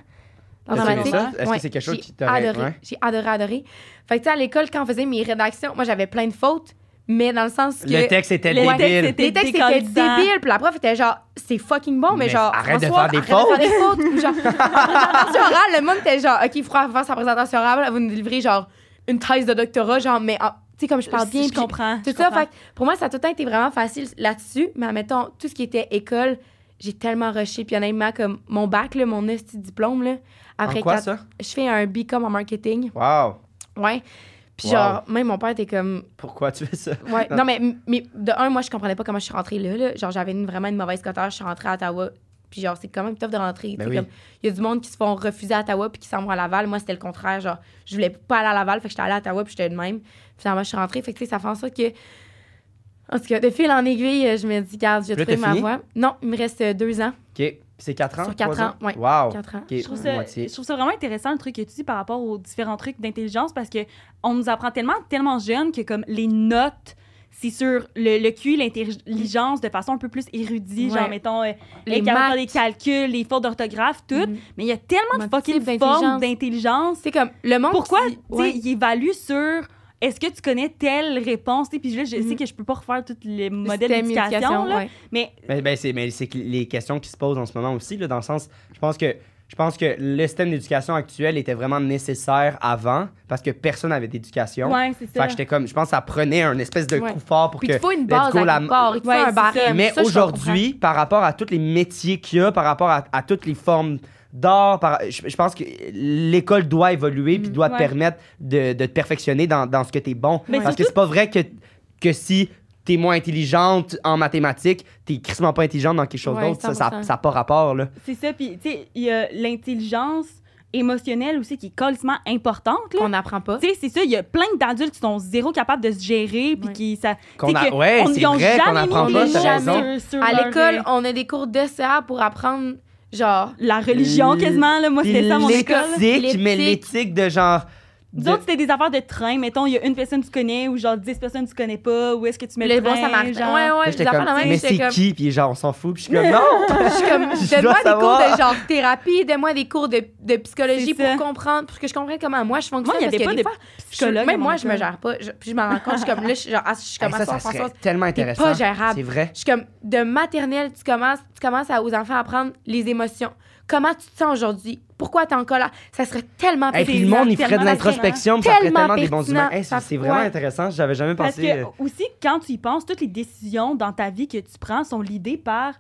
S1: Est-ce
S4: en
S1: que
S4: dramatique.
S1: ça? Est-ce que
S4: Ouais,
S1: c'est quelque chose
S4: j'ai
S1: qui t'aurait-
S4: adoré.
S1: ouais.
S4: J'ai adoré, adoré. Fait que, tu sais, à l'école, quand on faisait mes rédactions, moi, j'avais plein de fautes, mais dans le sens que.
S1: Le texte était
S3: Le
S1: débile.
S3: texte était-
S4: Les textes étaient
S3: décalisant.
S4: débiles, puis la prof était genre, c'est fucking bon, mais,
S1: Mais
S4: genre,
S1: arrête de
S4: François,
S1: faire des
S4: arrête de faire des fautes. Ou genre, présentation orale, le monde était genre, OK, il faudra faire sa présentation orale, elle va nous délivrer, genre, une thèse de doctorat, genre, mais, ah, tu sais, comme je parle bien,
S3: Si je
S4: puis
S3: comprends.
S4: tout
S3: je
S4: ça.
S3: comprends.
S4: Fait que pour moi, ça a tout le temps été vraiment facile là-dessus, mais mettons, tout ce qui était école, j'ai tellement rushé, puis honnêtement, comme mon bac, là, mon esti de diplôme, là, après
S1: en quoi,
S4: quatre-
S1: ça?
S4: je fais un BCom en marketing,
S1: Wow!
S4: ouais. Puis
S1: Wow.
S4: genre, même mon père était comme,
S1: Pourquoi tu fais ça?
S4: Ouais. Non, mais, mais de un, moi, je comprenais pas comment je suis rentrée là. là. Genre, j'avais une- vraiment une mauvaise coteur. Je suis rentrée à Ottawa. Puis, genre, c'est quand même tough de rentrer.
S1: Ben
S4: tu sais,
S1: oui.
S4: comme, Il y a du monde qui se font refuser à Ottawa puis qui s'en vont à Laval. Moi, c'était le contraire. Genre, je voulais pas aller à Laval. Fait que j'étais allée à Ottawa puis j'étais de même. Finalement, je suis rentrée. Fait que, tu sais, ça fait en sorte que. En tout cas, de fil en aiguille, euh, je me dis, garde, je vais
S1: Là,
S4: trouver
S1: t'as
S4: ma
S1: fini?
S4: voie. Non, il me reste euh, deux ans,
S1: OK. Puis c'est 4 ans?
S4: Sur quatre
S1: trois
S4: ans, ouais.
S1: Wow!
S4: quatre ans.
S1: OK,
S3: Je trouve, ça,
S1: moitié.
S3: je trouve ça vraiment intéressant le truc que tu dis par rapport aux différents trucs d'intelligence parce que on nous apprend tellement tellement jeune que comme les notes c'est sur le, le QI, l'intelligence de façon un peu plus érudite,
S4: Ouais.
S3: genre mettons euh,
S4: Les
S3: être capable de faire
S4: maths.
S3: des calculs, les fautes d'orthographe, tout,
S4: Mhm.
S3: mais il y a tellement de
S4: Mon type
S3: fucking
S4: d'intelligence.
S3: formes d'intelligence
S4: C'est comme, le monde.
S3: pourquoi
S4: qui-
S3: tu
S4: Ouais.
S3: sais, il évalue sur est-ce que tu connais telle réponse Tu sais, puis là je sais
S4: Mhm.
S3: que je peux pas refaire tous les
S4: Le
S3: modèles
S4: système
S3: d'éducation
S4: d'éducation,
S3: là,
S4: ouais.
S3: mais
S1: Mais, ben, c'est, mais c'est que les questions qui se posent en ce moment aussi, là, dans le sens, je pense que je pense que le système d'éducation actuel était vraiment nécessaire avant parce que personne n'avait d'éducation.
S3: ouais, c'est
S1: Fait
S3: ça.
S1: que j'étais comme, je pense que ça prenait un espèce de
S4: Ouais.
S1: coup fort pour
S4: Puis,
S1: que.
S4: il te faut une
S1: let's
S4: base
S1: go,
S4: à
S1: la-
S4: quelque part. Il te faut
S3: Ouais,
S4: un
S3: c'est
S4: barème.
S1: Mais
S4: Ça, je
S1: aujourd'hui, par rapport à tous les métiers qu'il y a, par rapport à, à toutes les formes d'art, par- je, je pense que l'école doit évoluer puis doit te
S3: Ouais.
S1: permettre de, de te perfectionner dans, dans ce que t'es bon.
S3: Mais
S1: Parce que c'est pas vrai que, que si t'es moins intelligente en mathématiques, t'es crissement pas intelligente dans quelque chose
S4: Ouais,
S1: d'autre. Ça, ça
S4: 100%.
S1: n'a pas rapport, là.
S3: C'est ça, puis tu sais, il y a l'intelligence émotionnelle aussi qui est colissement importante.
S4: comprends.
S3: Là.
S4: On n'apprend pas.
S3: Tu sais, c'est ça, il y a plein d'adultes qui sont zéro capables de se gérer, puis
S4: Ouais.
S3: qui ça.
S1: Qu'on
S3: tu sais,
S1: a-
S3: que
S1: ouais,
S3: on-
S1: c'est
S3: ils ont
S1: vrai qu'on
S3: jamais mis
S1: apprend
S3: les
S4: pas,
S3: mots
S4: t'as
S1: raison.
S3: sur- sur
S4: À
S3: leur-
S4: l'école, on a des cours d'ECA pour apprendre, genre,
S3: la religion
S1: L-
S3: quasiment, là, moi c'était ça mon école.
S1: L'éthique, mais
S4: L'éthique.
S1: l'éthique de genre. de-
S3: D'autres, c'était des affaires de train. Mettons, il y a une personne que tu connais ou genre 10 personnes que tu connais pas. Où est-ce que tu mets le,
S4: le bon
S3: train,
S4: samaritain.
S3: genre.
S4: Ouais,
S1: Là,
S4: ouais,
S1: j'étais
S4: j'étais comme,
S1: comme, mais
S4: j'étais
S1: c'est
S4: comme,
S1: qui? Puis genre, on s'en fout. Puis je suis comme, non!
S4: je suis comme,
S1: Je
S4: donne-moi
S1: dois
S4: des cours
S1: savoir.
S4: de genre thérapie, donne-moi des cours de, de psychologie
S3: C'est ça.
S4: pour comprendre, pour que je comprenne comment moi je fonctionne.
S3: Moi, il y
S4: parce
S3: avait
S4: que
S3: pas
S4: des
S3: de
S4: fois, je-
S3: psychologue. à
S4: Même
S3: mon
S4: moi, je me
S3: école.
S4: gère pas. Je, puis je m'en rends compte, je suis comme, là, je suis genre, ah, je suis comme,
S1: Hey, ça,
S4: assis,
S1: ça
S4: Françoise,
S1: serait tellement
S4: t'es
S1: intéressant.
S4: pas gérable.
S1: C'est vrai.
S4: Je suis comme, de maternelle, tu commences, tu commences à, aux enfants à apprendre les émotions. Comment tu te sens aujourd'hui? Pourquoi t'es en colère? Ça serait tellement
S1: Et
S3: Hey,
S4: pénible.
S1: puis le monde, il ferait de
S3: tellement
S1: l'introspection, puis ça ferait
S4: tellement
S1: tellement des bons
S4: pertinent.
S1: humains. Hey, c'est
S4: Ça-
S1: c'est vraiment
S4: ouais.
S1: intéressant, j'avais jamais
S3: Parce
S1: pensé. euh,
S3: que aussi, quand tu y penses, toutes les décisions dans ta vie que tu prends sont lidées par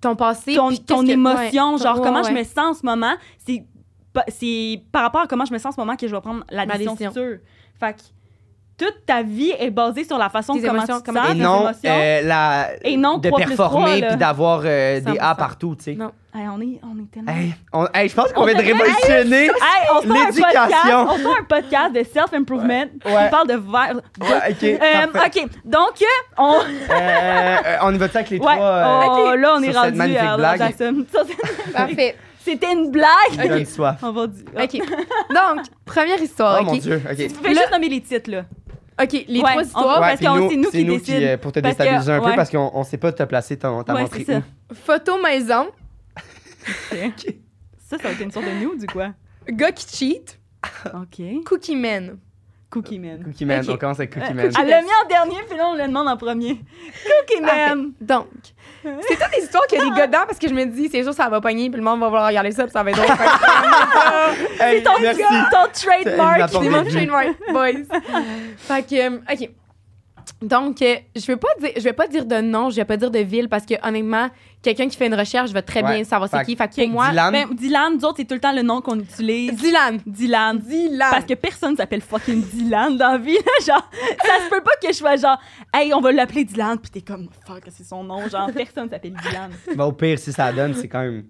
S4: Ton passé,
S3: ton,
S4: puis qu'est-ce
S3: ton
S4: que-
S3: émotion,
S4: ouais.
S3: genre
S4: Ouais,
S3: comment
S4: ouais.
S3: je me sens en ce moment, c'est pa- c'est par rapport à comment je me sens en ce moment que je vais prendre la
S4: Ma
S3: décision,
S4: décision.
S3: future. Fait que toute ta vie est basée sur la façon
S4: Tes
S3: comment
S4: émotions,
S3: tu te
S4: comment-
S3: sens,
S1: Et
S3: tes
S1: non,
S3: émotions.
S1: euh, la,
S3: Et non,
S1: de
S3: 3 plus 3,
S1: performer
S3: là.
S1: puis d'avoir euh, des A
S4: 100%.
S1: partout, tu sais.
S4: Non.
S3: Hey, on, est, on est tellement...
S1: Hey, on- hey, je pense qu'on
S3: On
S1: vient de
S3: devrait-
S1: révolutionner.
S3: Hey, on, fait un podcast,
S1: L'éducation.
S3: on fait un podcast de self-improvement.
S1: Ouais.
S3: On parle de verre. de-
S1: Ouais, ok,
S3: Euh,
S1: parfait.
S3: OK. Donc, euh, on,
S1: Euh, euh, on y va avec les
S3: ouais,
S1: trois euh,
S3: on- là, on est
S1: sur cette
S3: rendu
S1: magnifique
S3: à-
S1: blague.
S3: à ça. Ça, c'est-
S4: Parfait.
S3: C'était une blague.
S1: qui donnent soif.
S3: On va dire.
S4: OK. Donc, première histoire.
S1: Oh mon
S4: OK.
S1: Dieu, OK.
S3: Tu fais
S4: Là-
S3: juste nommer les titres, là.
S4: OK, les
S3: Ouais,
S4: trois
S3: on-
S4: histoires.
S3: parce
S1: puis
S3: qu'on- c'est nous qui décide.
S1: euh, pour te
S3: Parce que-
S1: déstabiliser un peu,
S3: ouais.
S1: parce qu'on on sait pas te placer ton, ta
S3: Ouais,
S1: montrée
S3: c'est ça.
S1: où.
S4: Photo maison,
S3: Ça, ça va être une sorte de nude ou quoi?
S4: gars qui cheat,
S3: OK.
S4: cookie man.
S3: Cookie Man. Euh,
S1: Cookie Man,
S4: Ok.
S1: on commence avec Cookie
S4: Euh,
S1: Man.
S4: Cookie-
S3: Elle l'a mis en dernier, puis là, on le demande en premier. Cookie Man!
S4: Parfait. Donc, c'est toutes des histoires qu'il y a des gars dedans parce que je me dis, c'est sûr, ça va pogner, puis le monde va vouloir regarder ça, puis ça va être drôle. Fait
S1: Hey,
S3: C'est ton,
S1: merci.
S3: ton
S1: Elle m'a
S3: trademark.
S1: pas
S4: que C'est
S1: Bon
S4: mon
S1: début.
S4: trademark, boys. Fait que, euh, OK. Donc, euh, je vais pas dire, je vais pas dire de nom, je vais pas dire de ville parce que honnêtement, quelqu'un qui fait une recherche va très
S1: Ouais.
S4: bien savoir c'est
S1: Fait
S4: qui. Fait que pour moi,
S1: Dylan.
S3: Ben, Dylan, nous autres, c'est tout le temps le nom qu'on utilise.
S4: Dylan.
S3: Dylan.
S4: Dylan.
S3: Parce que personne s'appelle fucking Dylan dans la vie. là, genre, ça se peut pas que je sois genre, hey, on va l'appeler Dylan, puis t'es comme, fuck, c'est son nom. Genre, personne s'appelle Dylan.
S1: Ben, au pire, si ça donne, c'est quand même.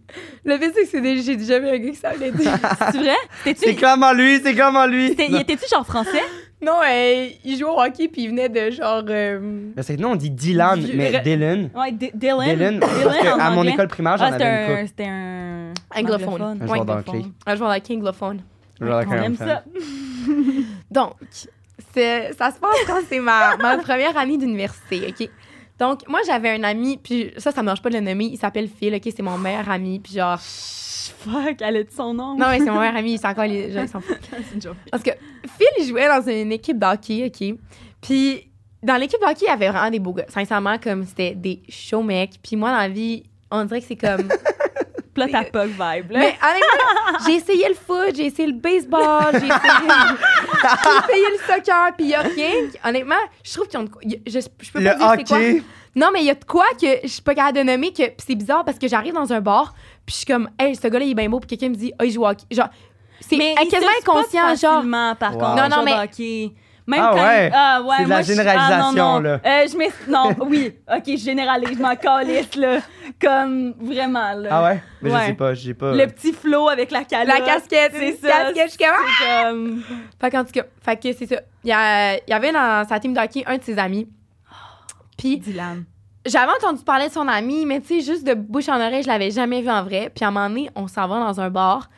S4: Le fait, c'est que c'est des- j'ai déjà vu un gars qui s'appelait Dylan.
S3: C'est vrai?
S1: C'est
S3: T'étais-tu.
S1: clairement lui, c'est clairement lui.
S3: t'es- y Étais-tu genre français?
S4: Non, euh, il jouait au hockey, puis il venait de genre. euh,
S1: Mais c'est- non, on dit Dylan,
S4: Du-
S1: mais
S4: re-
S1: Dylan.
S3: Ouais, D- Dylan.
S1: Dylan, parce que
S3: en
S1: à mon
S3: anglais.
S1: école primaire, j'en
S3: Ah, c'était
S1: avais une
S3: un,
S1: couple.
S3: c'était un.
S4: Anglophone.
S1: Un
S3: Ouais,
S1: joueur de hockey.
S4: Un joueur de anglophone.
S1: Genre la
S3: On
S1: Crown
S3: aime
S1: Fan.
S3: ça.
S4: Donc, c'est- ça se passe quand c'est ma, ma première année d'université, OK? Donc, moi, j'avais un ami, puis ça, ça me dérange pas de le nommer. Il s'appelle Phil, OK? C'est mon meilleur ami, puis genre.
S3: Fuck, elle a dit son nom.
S4: Non, mais c'est mon meilleur ami, c'est encore les. je- ils sont-
S3: c'est une joke.
S4: Parce que Phil, il jouait dans une équipe d'hockey, OK? Puis dans l'équipe d'hockey, il y avait vraiment des beaux gars. Sincèrement, comme c'était des show mecs. Puis moi, dans la vie, on dirait que c'est comme.
S3: Plot à Pug vibe, là.
S4: Mais honnêtement, j'ai essayé le foot, j'ai essayé le baseball, j'ai essayé, j'ai essayé le soccer, puis il y a rien. qui- Honnêtement, je trouve qu'ils ont de quoi. y a- Je, je peux pas dire
S1: Le
S4: c'est quoi.
S1: hockey,
S4: Non, mais il y a de quoi que je suis pas capable de nommer. Que, puis c'est bizarre parce que j'arrive dans un bar, puis je suis comme, hey, ce gars-là, il est bien beau, puis quelqu'un me dit, oh, il joue au hockey. Genre, c'est
S3: Mais il
S4: quasiment
S3: se spot
S4: inconscient, genre.
S3: facilement, par
S1: Wow.
S3: contre,
S4: Non,
S3: non,
S4: non,
S3: non,
S4: mais-
S3: Même
S1: Ah
S3: quand
S1: ouais.
S3: Ah ouais,
S1: C'est de la
S3: moi, je-
S1: généralisation,
S3: ah, non, non.
S1: là.
S3: Euh, je mets... Non, oui. OK, je généralise. Je m'en calisse, là. Comme, vraiment, là.
S1: Ah ouais? Mais
S3: Ouais.
S1: je sais pas, j'ai pas.
S3: Le petit flot avec la calotte.
S4: La casquette,
S3: c'est
S4: c'est
S3: ça.
S4: Casquette, je suis comme, ah!
S3: C'est comme...
S4: Fait qu'en tout cas, fait que c'est ça. Il y, a- il y avait dans sa team d'hockey un de ses amis. Puis
S3: Dylan.
S4: j'avais entendu parler de son ami, mais tu sais, juste de bouche en oreille, je l'avais jamais vu en vrai. Puis à un moment donné, on s'en va dans un bar.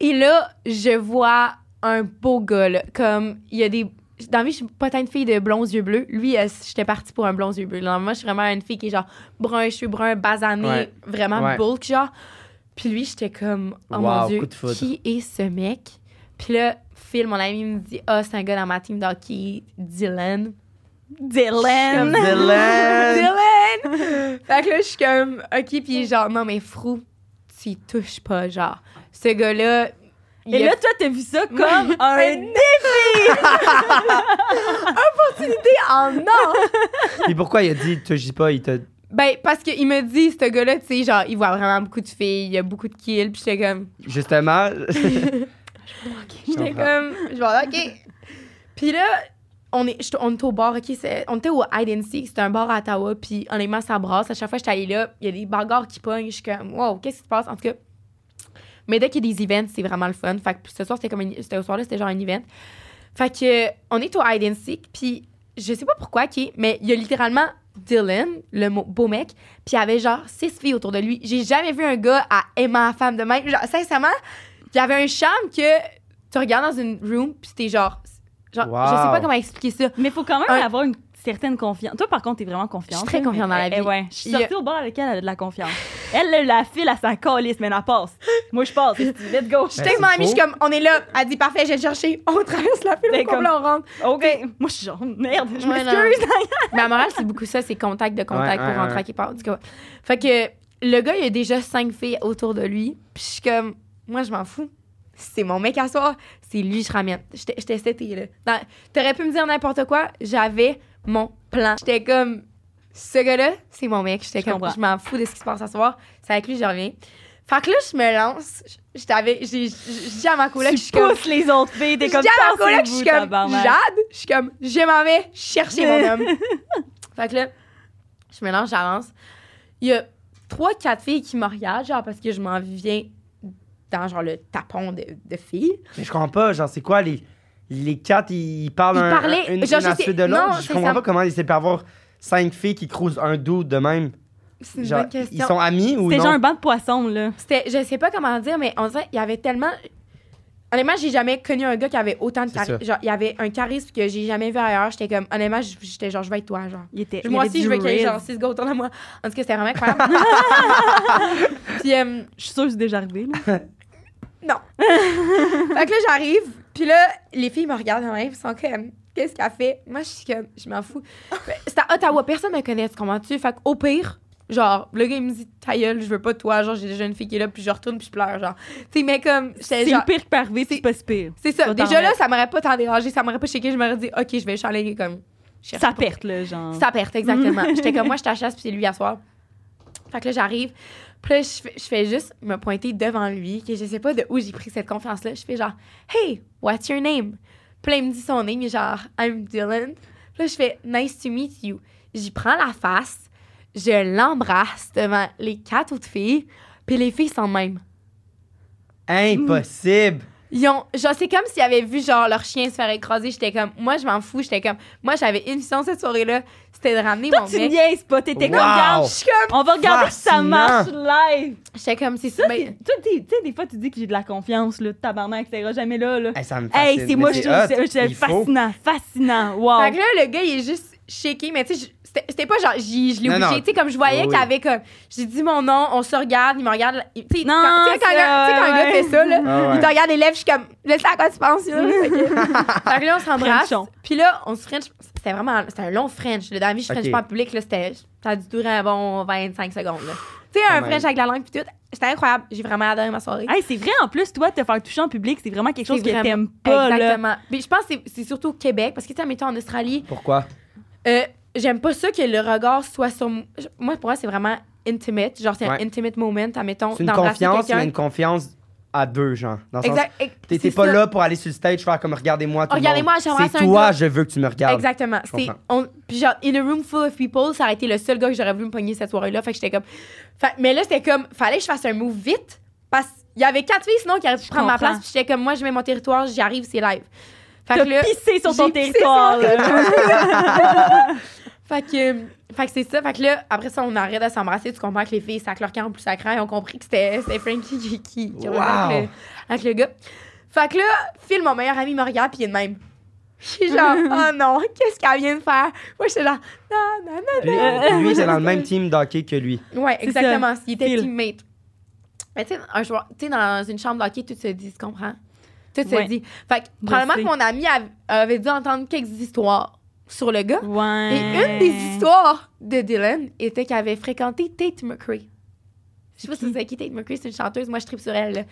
S4: Et là, je vois un beau gars, là. Comme, il y a des. Dans la vie, je suis pas tant une fille de blonds yeux bleus. Lui, euh, j'étais partie pour un blond yeux bleus. Normalement, je suis vraiment une fille qui est genre brun, cheveux bruns, basané,
S1: Ouais.
S4: vraiment
S1: Ouais.
S4: bulk, genre. Puis lui, j'étais comme, oh mon
S1: Wow,
S4: Dieu,
S1: coup de foudre.
S4: qui est ce mec? Puis là, Phil, mon ami, me dit, ah, c'est un gars dans ma team d'hockey, Dylan.
S3: Dylan. Euh,
S1: Dylan!
S4: Dylan! fait que là, je suis comme, OK, puis genre, non, mais Frou, tu y touches pas, genre. Ce gars-là. il
S3: Et
S4: a
S3: là, toi, t'as vu ça comme un...
S4: Un été en or!
S1: Et pourquoi il a dit, te dis pas, il te.
S4: Ben, parce qu'il me dit, ce gars-là, tu sais, genre, il voit vraiment beaucoup de filles, il y a beaucoup de kills, puis j'étais comme,
S1: Justement.
S4: j'étais
S1: comprends.
S4: comme, je vais, OK. Puis là, on est, je- on est au bar, OK, c'est- on était au Hide and Seek, c'était un bar à Ottawa, puis honnêtement, ça brasse. À chaque fois que j'étais allée là, il y a des bagarres qui pognent, je suis comme, wow, qu'est-ce qui se passe? En tout cas, mais dès qu'il y a des events, c'est vraiment le fun. Fait que ce soir, c'était comme une- c'était au soir-là, c'était genre un event. Fait que, euh, on est au Hide and Seek, puis je sais pas pourquoi, OK, mais il y a littéralement Dylan, le mo- beau mec, puis il y avait genre six filles autour de lui. J'ai jamais vu un gars à aimant femme de même. Genre, sincèrement, il y avait un charme que tu regardes dans une room, puis t'es genre. genre Je sais pas
S1: Wow.
S4: comment expliquer ça.
S3: Mais faut quand même
S4: Un-
S3: avoir une certaine confiance. Toi, par contre, t'es vraiment confiante.
S4: Je suis très
S3: là,
S4: confiante
S3: mais-
S4: dans la
S3: eh,
S4: vie.
S3: ouais. Je suis
S4: Il y a-
S3: sortie au bar avec elle, elle a de la confiance. Elle, elle la file à sa colisse, mais elle passe. Moi, je passe. esti. Let's go.
S4: Je suis
S1: Ben,
S4: tellement
S1: c'est
S4: amie, je suis
S1: faux.
S4: comme, on est là. Elle dit, parfait, je vais le chercher. On traverse la file,
S3: Ben,
S4: au complet, on rentre.
S3: OK. Moi, je suis genre, merde, je
S4: Ouais,
S3: m'excuse. hein?
S4: Mais à morale, c'est beaucoup ça, c'est contact de contact
S1: Ouais,
S4: pour
S1: ouais,
S4: rentrer à
S1: ouais.
S4: quelque part. En tout cas, fait que le gars, il y a déjà cinq filles autour de lui. Puis je suis comme, moi, je m'en fous. C'est mon mec à soir. C'est lui, je ramène. J'étais j'étais setée, là. Dans- T'aurais pu me dire n'importe quoi. J'avais mon plan. J'étais comme, ce gars-là, c'est mon mec. J'étais
S3: Je
S4: comme,
S3: comprends.
S4: je m'en fous de ce qui se passe à soir. C'est avec lui, je reviens. Fait que là, je me lance. Je- J'étais avec- j'ai- j'ai- j'ai dit à ma collègue, je suis
S3: Tu
S4: comme,
S3: pousses les autres filles. T'es
S4: je
S3: comme,
S4: dis ah, à ma collègue, je
S3: pensez-vous,
S4: suis comme,
S3: tabarnak.
S4: Jade, je suis comme, je m'en vais chercher mon homme. fait que là, je mélange, j'avance. Il y a trois, quatre filles qui me regardent, genre, parce que je m'en viens dans, genre, le tapon de, de filles.
S1: Mais je comprends pas, genre, c'est quoi les. Les quatre, ils parlent
S4: Ils
S1: un,
S4: parlaient-
S1: un- une,
S4: genre,
S1: une à la
S4: je sais-
S1: suite de
S4: non,
S1: l'autre. Je
S4: c'est
S1: comprends
S4: ça.
S1: pas comment ils s'est pu avoir cinq filles qui croisent un doux de même.
S4: C'est une
S1: Genre,
S4: bonne question.
S1: ils sont amis ou
S3: C'était
S1: non?
S3: genre un banc de poissons, là.
S4: C'était, je sais pas comment dire, mais on dirait, il y avait tellement. Honnêtement, j'ai jamais connu un gars qui avait autant de
S1: C'est
S4: charisme.
S1: ça.
S4: Genre, il y avait un charisme que j'ai jamais vu ailleurs. J'étais comme, honnêtement, j- j'étais genre, je vais être toi, genre.
S3: Il était,
S4: Moi
S3: il avait
S4: aussi,
S3: du
S4: je veux qu'il y ait
S3: red.
S4: genre six gars autour de moi. En tout cas, c'était vraiment incroyable. Puis, euh,
S3: Je suis sûre que c'est déjà arrivé, là.
S4: Non. fait que là, j'arrive, puis là, les filles me regardent quand même, elles sont comme, qu'est-ce qu'elle fait? Moi, je suis comme, je m'en fous. Ben, C'est à Ottawa, personne me connaît, tu comprends-tu? Fait qu'au pire, genre, le gars, il me dit, ta gueule, je veux pas de toi, genre, j'ai déjà une fille qui est là, puis je retourne, puis je pleure, genre. Tu sais, mais comme, j'étais
S3: C'est
S4: genre.
S3: le pire qui peut arriver, c'est
S4: c'est-
S3: pas si pire.
S4: C'est ça.
S3: Faut t'en
S4: Déjà là,
S3: remettre.
S4: ça m'aurait pas tant dérangé, ça m'aurait pas checké, je m'aurais dit, OK, je vais chaler comme. chercher
S3: Ça
S4: pour-
S3: perte, là, genre.
S4: ça perte, exactement.
S3: Mm.
S4: J'étais comme moi, je t'achasse, puis c'est lui à soir. Fait que là, j'arrive. Puis là, je fais, je fais juste me pointer devant lui, que je sais pas de où j'ai pris cette confiance-là. Je fais genre, Hey, what's your name? Puis là, il me dit son nom, il est genre, I'm Dylan. Puis là, je fais, Nice to meet you. J'y prends la face, je l'embrasse devant les quatre autres filles, puis les filles sont de même.
S1: Impossible!
S4: Ils ont, genre, c'est comme s'ils avaient vu, genre, leur chien se faire écraser. J'étais comme, moi, je m'en fous. J'étais comme, moi, j'avais une mission cette soirée-là, c'était de ramener
S3: Toi,
S4: mon
S3: tu
S4: mec.
S3: niaises pas. T'étais comme,
S1: Wow.
S3: regarde,
S4: Je suis comme,
S3: on va regarder si ça
S1: Fascinant.
S3: marche live.
S4: j'étais comme, c'est ben,
S3: Ça,
S4: ça.
S3: c'est- toi, t'es- tu sais, des fois, tu dis que j'ai de la confiance, là. Tabarnak, ça ira jamais là, là.
S1: Hey, ça me fascine.
S3: Hey,
S1: mais
S3: c'est moi, je
S1: hot.
S3: je- je-
S1: Il faut.
S3: fascinant, fascinant. Wow.
S4: Fait que là, le gars, il est juste shaké, mais tu sais, je- c'était c'était pas genre, j'y- je l'ai
S1: Non, non.
S4: obligé. Tu sais, comme je voyais
S1: Oui,
S4: qu'il avait comme, j'ai dit mon nom, on se regarde, il me regarde. il- Tu sais,
S3: Non,
S4: quand, tu sais, quand
S3: ça,
S4: un gars- tu sais, quand un
S3: ouais,
S4: gars fait ça, là,
S1: Ah ouais.
S4: il te regarde les lèvres, je suis comme, laisse à quoi tu penses, là. fait que fait que là, on s'embrasse.
S3: Frenchon.
S4: Puis là, on se French. C'était vraiment, c'était un long French. Là. Dans la vie, je French
S1: Ok.
S4: pas en public, là, c'était, ça a dû durer un bon 25 secondes, là. Tu sais,
S1: Quand
S4: un
S1: même.
S4: French avec la langue, puis tout. C'était incroyable. J'ai vraiment adoré ma soirée.
S3: Hey, c'est vrai, en plus, toi, te faire toucher en public, c'est vraiment quelque
S4: C'est
S3: chose que
S4: vraiment-
S3: t'aimes pas, là.
S4: Exactement. Mais je pense que c'est- c'est surtout au Québec, parce que, tu sais, mettons en Australie,
S1: Pourquoi?
S4: Euh, j'aime pas ça que le regard soit sur m- moi pour moi c'est vraiment intimate genre c'est
S1: Ouais.
S4: un intimate moment admettons
S1: C'est une
S4: d'embrasser
S1: confiance,
S4: quelqu'un.
S1: mais une confiance à deux, genre. Dans le sens,
S4: exact ex-
S1: t'es t'es
S4: c'est
S1: pas
S4: ça.
S1: là pour aller sur le stage faire comme regardez-moi tout le monde.
S4: Regardez-moi, j'embrasse
S1: C'est
S4: un
S1: toi,
S4: gars.
S1: je veux que tu me regardes.
S4: exactement
S1: Je
S4: c'est
S1: comprends.
S4: on puis genre in a room full of people ça aurait été le seul gars que j'aurais voulu me pogner cette soirée là fait que j'étais comme Fait- mais là c'était comme fallait que je fasse un move vite parce qu'il y avait quatre filles sinon qui auraient pu
S3: Je
S4: prendre ma
S3: comprends.
S4: place puis j'étais comme moi je mets mon territoire j'y arrive c'est live fait
S3: T'as
S4: que là
S3: pissé sur ton
S4: j'ai pissé
S3: territoire,
S4: sur-
S3: là.
S4: Fait que, euh, fait que c'est ça. Fait que là, après ça, on arrête de s'embrasser. Tu comprends que les filles, ça leur camp plus sacré. Ils ont compris que c'était c'était Frankie qui, qui, qui
S1: Wow.
S4: roulait avec, le, avec le gars. Fait que là, Phil, mon meilleur ami, me regarde, puis il est de même. Je suis genre, oh non, qu'est-ce qu'elle vient de faire? Moi, j'étais genre, non, non, non.
S1: Puis Lui, il était dans le même team d'hockey que lui.
S4: Ouais,
S3: C'est
S4: exactement. Il était
S3: Phil.
S4: teammate. Mais tu sais, un joueur, tu sais, dans une chambre d'hockey, tout se dit, tu comprends? Tout se
S3: Ouais.
S4: dit. Fait que,
S3: Je
S4: probablement
S3: sais.
S4: que mon ami av- avait dû entendre quelques histoires sur le gars.
S3: Ouais.
S4: Et une des histoires de Dylan était qu'elle avait fréquenté Tate McRae. Je sais pas si vous savez qui Tate McRae, c'est une chanteuse, moi je tripe sur elle. là.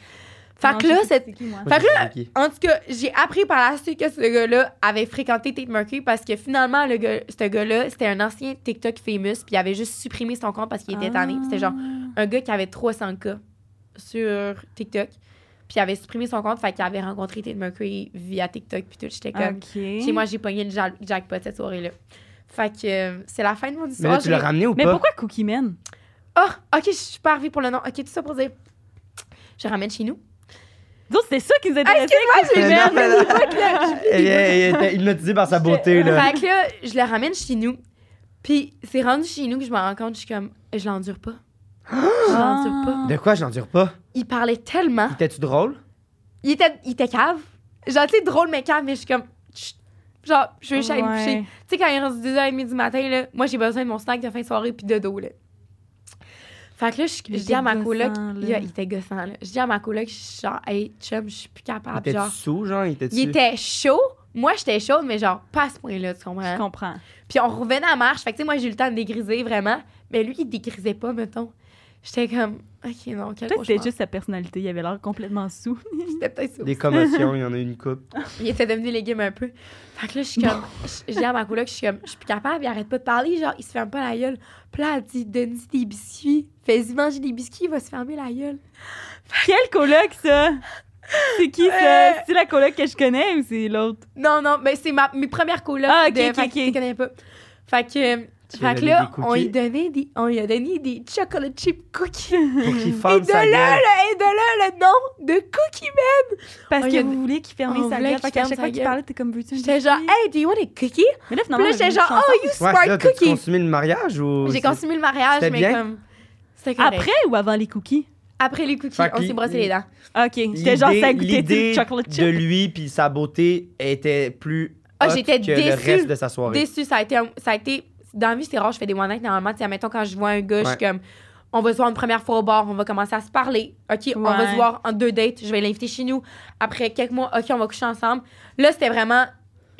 S4: Fait
S3: Non,
S4: que
S3: je
S4: là,
S3: sais
S4: cette...
S3: c'est qui, moi.
S1: Moi,
S4: Fait
S1: je sais qui.
S4: en tout cas, j'ai appris par la suite que ce gars-là avait fréquenté Tate McRae parce que finalement, le gars, ce gars-là, c'était un ancien TikTok famous, puis il avait juste supprimé son compte parce qu'il était tanné. Puis C'était genre
S3: Ah.
S4: un gars qui avait 300 cas sur TikTok, puis il avait supprimé son compte, fait qu'il avait rencontré Tate McRae via TikTok, puis tout. J'étais comme.
S3: Ah. OK.
S4: Chez
S1: Hmm.
S4: moi, j'ai pogné le ja- jackpot cette soirée-là. Fait que euh, c'est la fin de mon
S1: Mais
S4: histoire.
S1: là, tu l'as ramené ou
S3: Mais
S1: pas?
S3: pourquoi Cookie Man?
S4: Oh, ok, je suis pas arrivée pour le nom. Ok, tout ça pour dire. Je ramène chez nous.
S3: Nous autres, c'était ça qui nous
S4: Ah,
S3: intéressait.
S4: Excuse-moi, j'ai
S1: Non,
S4: jamais
S1: mais là-
S4: pas clair.
S1: Il est- il était hypnotisé par sa beauté, là.
S4: Fait que là, je le ramène chez nous. Puis c'est rendu chez nous que je me rends compte, je suis comme, je l'endure pas. Je
S3: Ah.
S4: l'endure pas.
S1: De quoi, je n'endure pas?
S4: Il parlait tellement.
S1: Il était-tu drôle?
S4: Il était, il était cave. Genre, tu sais, drôle, mais cave, mais je suis comme, chut. genre, je vais juste aller me
S3: Ouais.
S4: coucher. Tu sais, quand il est rendu 2h30 du matin, là, moi, j'ai besoin de mon snack de fin de soirée puis de dos, là. Fait que là, je,
S3: Il
S4: je dis à ma
S3: était
S4: coloc...
S3: gossant, là.
S4: Il, il était gossant, là. Je dis à ma coloc, je suis genre, « Hey, chum, je suis plus
S1: Il
S4: capable. »
S1: était-tu
S4: Ah, Genre,
S1: sous, genre? Il était-tu...
S4: il était chaud. Moi, j'étais chaude, mais genre, pas à ce point-là, tu comprends?
S3: Je comprends.
S4: Puis on revenait à marche. Fait que, tu sais, moi, j'ai eu le temps de dégriser, vraiment. Mais lui, il dégrisait pas, mettons. J'étais comme, « OK, non, quel
S3: Peut-être que
S4: cauchemar.
S3: c'était juste sa personnalité. Il avait l'air complètement sous.
S4: C'était peut-être ça.
S1: Des commotions, il y en a eu une coupe.
S4: Il était devenu légume un peu. Fait que là, je suis comme. je- Je dis à ma coloc, je suis comme. Je suis plus capable, il arrête pas de parler, genre, il se ferme pas la gueule. Puis là, elle dit, donne-y des biscuits. Fais-y manger des biscuits, il va se fermer la gueule.
S3: Quel coloc, ça? C'est qui,
S4: Euh.
S3: ça? C'est la coloc que je connais ou c'est l'autre?
S4: Non, non, mais c'est ma, mes premières colocs.
S3: Ah, ok,
S4: de-
S3: ok,
S4: fait que
S3: ok.
S4: tu connais pas. Fait que.
S1: Tu lui as
S4: Fait que
S1: donné
S4: là,
S1: des
S4: on lui,
S1: cookies?
S4: donnait des, on lui a donné des chocolate chip cookies.
S1: Pour qu'il
S4: Et
S1: fende
S4: de
S1: sa
S4: là,
S1: gueule.
S4: le, et de là, le nom de Cookie Man.
S3: Parce
S4: Oh, il y
S3: que
S4: a
S3: vous vouliez qu'il ferme
S4: on
S3: sa
S4: voulait
S3: gueule.
S4: qu'il
S3: Fait qu'à
S4: ferme
S3: chaque
S4: sa
S3: fois qu'il
S4: gueule.
S3: parlait, t'es comme veux-tu? une
S4: J'étais genre,
S3: cookie?
S4: hey, do you want a cookie?
S3: Mais là,
S4: Puis
S3: finalement, on
S4: là,
S3: a
S4: j'étais
S3: mis
S4: genre,
S3: une chanson.
S4: oh, you
S1: Ouais,
S4: smart
S1: là, t'as-tu
S4: cookie.
S1: consumé le mariage ou...
S4: J'ai
S1: c'est-
S4: consumé le mariage,
S1: C'était
S4: mais
S1: bien?
S4: comme. C'était correct.
S3: Après ou avant les cookies?
S4: Après les cookies,
S1: Fait que
S4: on s'est
S1: l'i-
S4: brossé les dents.
S3: OK. J'étais genre,
S1: L'idée-
S3: ça goûtait
S1: l'idée
S3: du chocolate
S1: de
S3: chip.
S1: lui puis sa beauté était plus
S4: Ah,
S1: hot
S4: j'étais
S1: que
S4: déçue.
S1: le reste de sa soirée.
S4: Déçue, ça a été. un- Ça a été dans la vie, c'est rare, je fais des one night normalement. Tu sais, admettons, quand je vois un gars, je suis
S1: Ouais.
S4: comme. On va se voir une première fois au bar, on va commencer à se parler. OK, on
S3: Ouais.
S4: va se voir en deux dates, je vais l'inviter chez nous. Après quelques mois, OK, on va coucher ensemble. Là, c'était vraiment.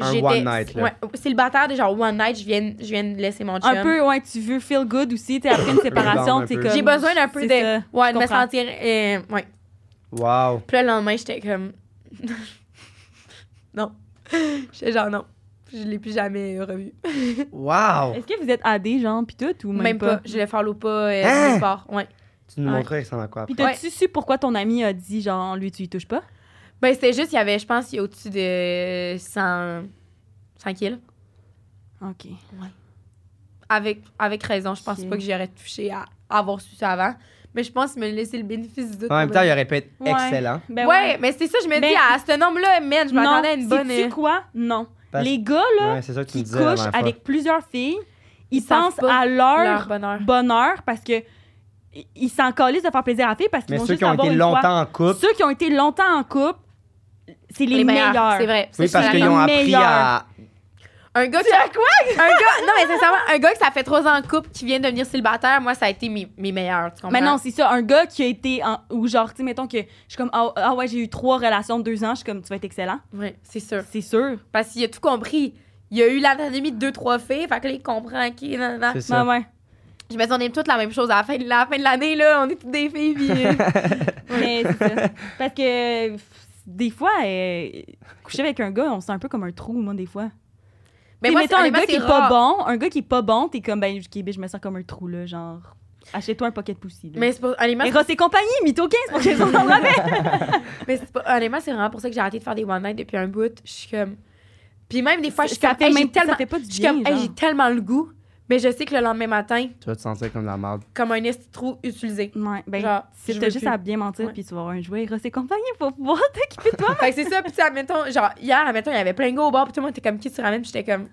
S1: Un
S4: J'étais.
S1: one night, là.
S4: Ouais, célibataire, déjà, one night, je viens, je viens de laisser mon chum.
S3: Un peu, ouais, tu veux feel good aussi. T'es après une séparation,
S1: un
S3: t'es
S1: peu.
S3: comme...
S4: J'ai besoin d'un peu de.
S3: C'est ça,
S4: Ouais, de me
S3: comprends.
S4: sentir. euh, ouais.
S1: Wow.
S4: Puis là, le lendemain, j'étais comme. non. J'étais genre, non. Je l'ai plus jamais revu.
S1: Wow.
S3: Est-ce que vous êtes AD, genre, pis tout, ou même,
S4: Même
S3: pas?
S4: pas. Je l'ai follow pas euh,
S1: Hein?
S4: nulle part. Ouais.
S1: Tu nous
S4: Ouais.
S1: montrais ça quoi
S3: Puis
S1: après.
S3: t'as-tu su pourquoi ton ami a dit, genre, lui, tu y touches pas?
S4: Ben, c'était juste, il y avait, je pense, il y a au-dessus de 100, 100 kilos.
S3: OK.
S4: Avec, avec raison, je pense
S3: Ok.
S4: pas que j'aurais touché à avoir su ça avant. Mais je pense me laisser le bénéfice du doute.
S1: En même
S4: quand
S1: temps, il aurait pu être
S3: Ouais.
S1: excellent.
S3: Ben
S4: ouais, mais c'est ça, je me
S3: Ben-
S4: dis, à ce nombre-là, man, je m'attendais à une bonne. euh,
S3: Tu quoi? Non.
S1: Parce-
S3: Les gars, là,
S1: Ouais, c'est ça que tu me
S3: qui
S1: disais la
S3: couchent
S1: dernière fois.
S3: avec plusieurs filles, ils,
S4: Ils savent
S3: pensent
S4: pas
S3: à leur,
S4: Leur bonheur.
S3: bonheur parce que i- ils s'en calissent de faire plaisir à la fille parce qu'ils
S1: Mais
S3: vont
S1: ceux
S3: juste
S1: qui ont
S3: avoir
S1: été
S3: une fois.
S1: longtemps en couple,
S3: Ceux qui ont été longtemps en couple, c'est les, meilleurs.
S4: C'est vrai. Ça,
S1: oui,
S4: je suis
S1: parce
S4: d'accord.
S1: qu'ils ont appris
S3: meilleurs.
S1: à.
S4: Un gars qui. quoi? un gars. Non, mais sincèrement, un gars que ça fait trois ans en couple qui vient de devenir célibataire, moi, ça a été mes, mes meilleurs. Tu comprends?
S3: Mais non, c'est ça. Un gars qui a été en- ou genre, tu sais, mettons que je suis comme ah, ah ouais, j'ai eu trois relations de deux ans, je suis comme tu vas être excellent.
S4: Ouais, c'est sûr.
S3: C'est sûr.
S4: Parce qu'il a tout compris. Il a eu l'anatomie de deux, trois filles, fait que là, il comprend qui. nan, nan, nan.
S1: C'est
S3: Ouais,
S1: ça.
S3: ouais.
S4: Je me dis, on aime toutes la même chose. À la fin de la fin de l'année, là, on est toutes des filles. puis, euh,
S3: Mais c'est ça. Parce que pff, des fois, euh, coucher avec un gars, on se sent un peu comme un trou, moi, des fois.
S4: Mais
S3: T'sais,
S4: moi,
S3: mettons, un
S4: honnêtement,
S3: gars qui
S4: c'est
S3: est pas
S4: rare.
S3: bon, un gars qui est pas bon, t'es comme, ben, ok, ben, je me sens comme un trou, là, genre, achète-toi un pocket pussy. là.
S4: Mais c'est pour- honnêtement,
S3: Eros et compagnie, Mytho 15, pour qu'ils en ramènent.
S4: Mais c'est pas- honnêtement, c'est vraiment pour ça que j'ai arrêté de faire des one night depuis un bout. Je suis comme. Puis même des fois, je suis
S3: Ça
S4: comme,
S3: fait
S4: Hey, j'ai
S3: même
S4: tellement,
S3: ça fait pas du
S4: je suis
S3: bien,
S4: comme, Hey,
S3: genre.
S4: j'ai tellement le goût, mais je sais que le lendemain matin,
S1: Tu vas te sentir comme de la merde.
S4: comme un esti trou utilisé.
S3: Ouais, ben,
S4: Genre,
S3: si
S4: je
S3: t'as
S4: veux
S3: juste
S4: plus.
S3: à bien mentir,
S4: Ouais.
S3: puis tu vas avoir un jouet Eros et compagnie pour pouvoir t'occuper de toi.
S4: fait que c'est ça, puis tu sais, admettons, genre, hier, admettons, il y avait plein de gars au bar, puis tout le monde était comme, qui tu ramènes, puis j'étais comme,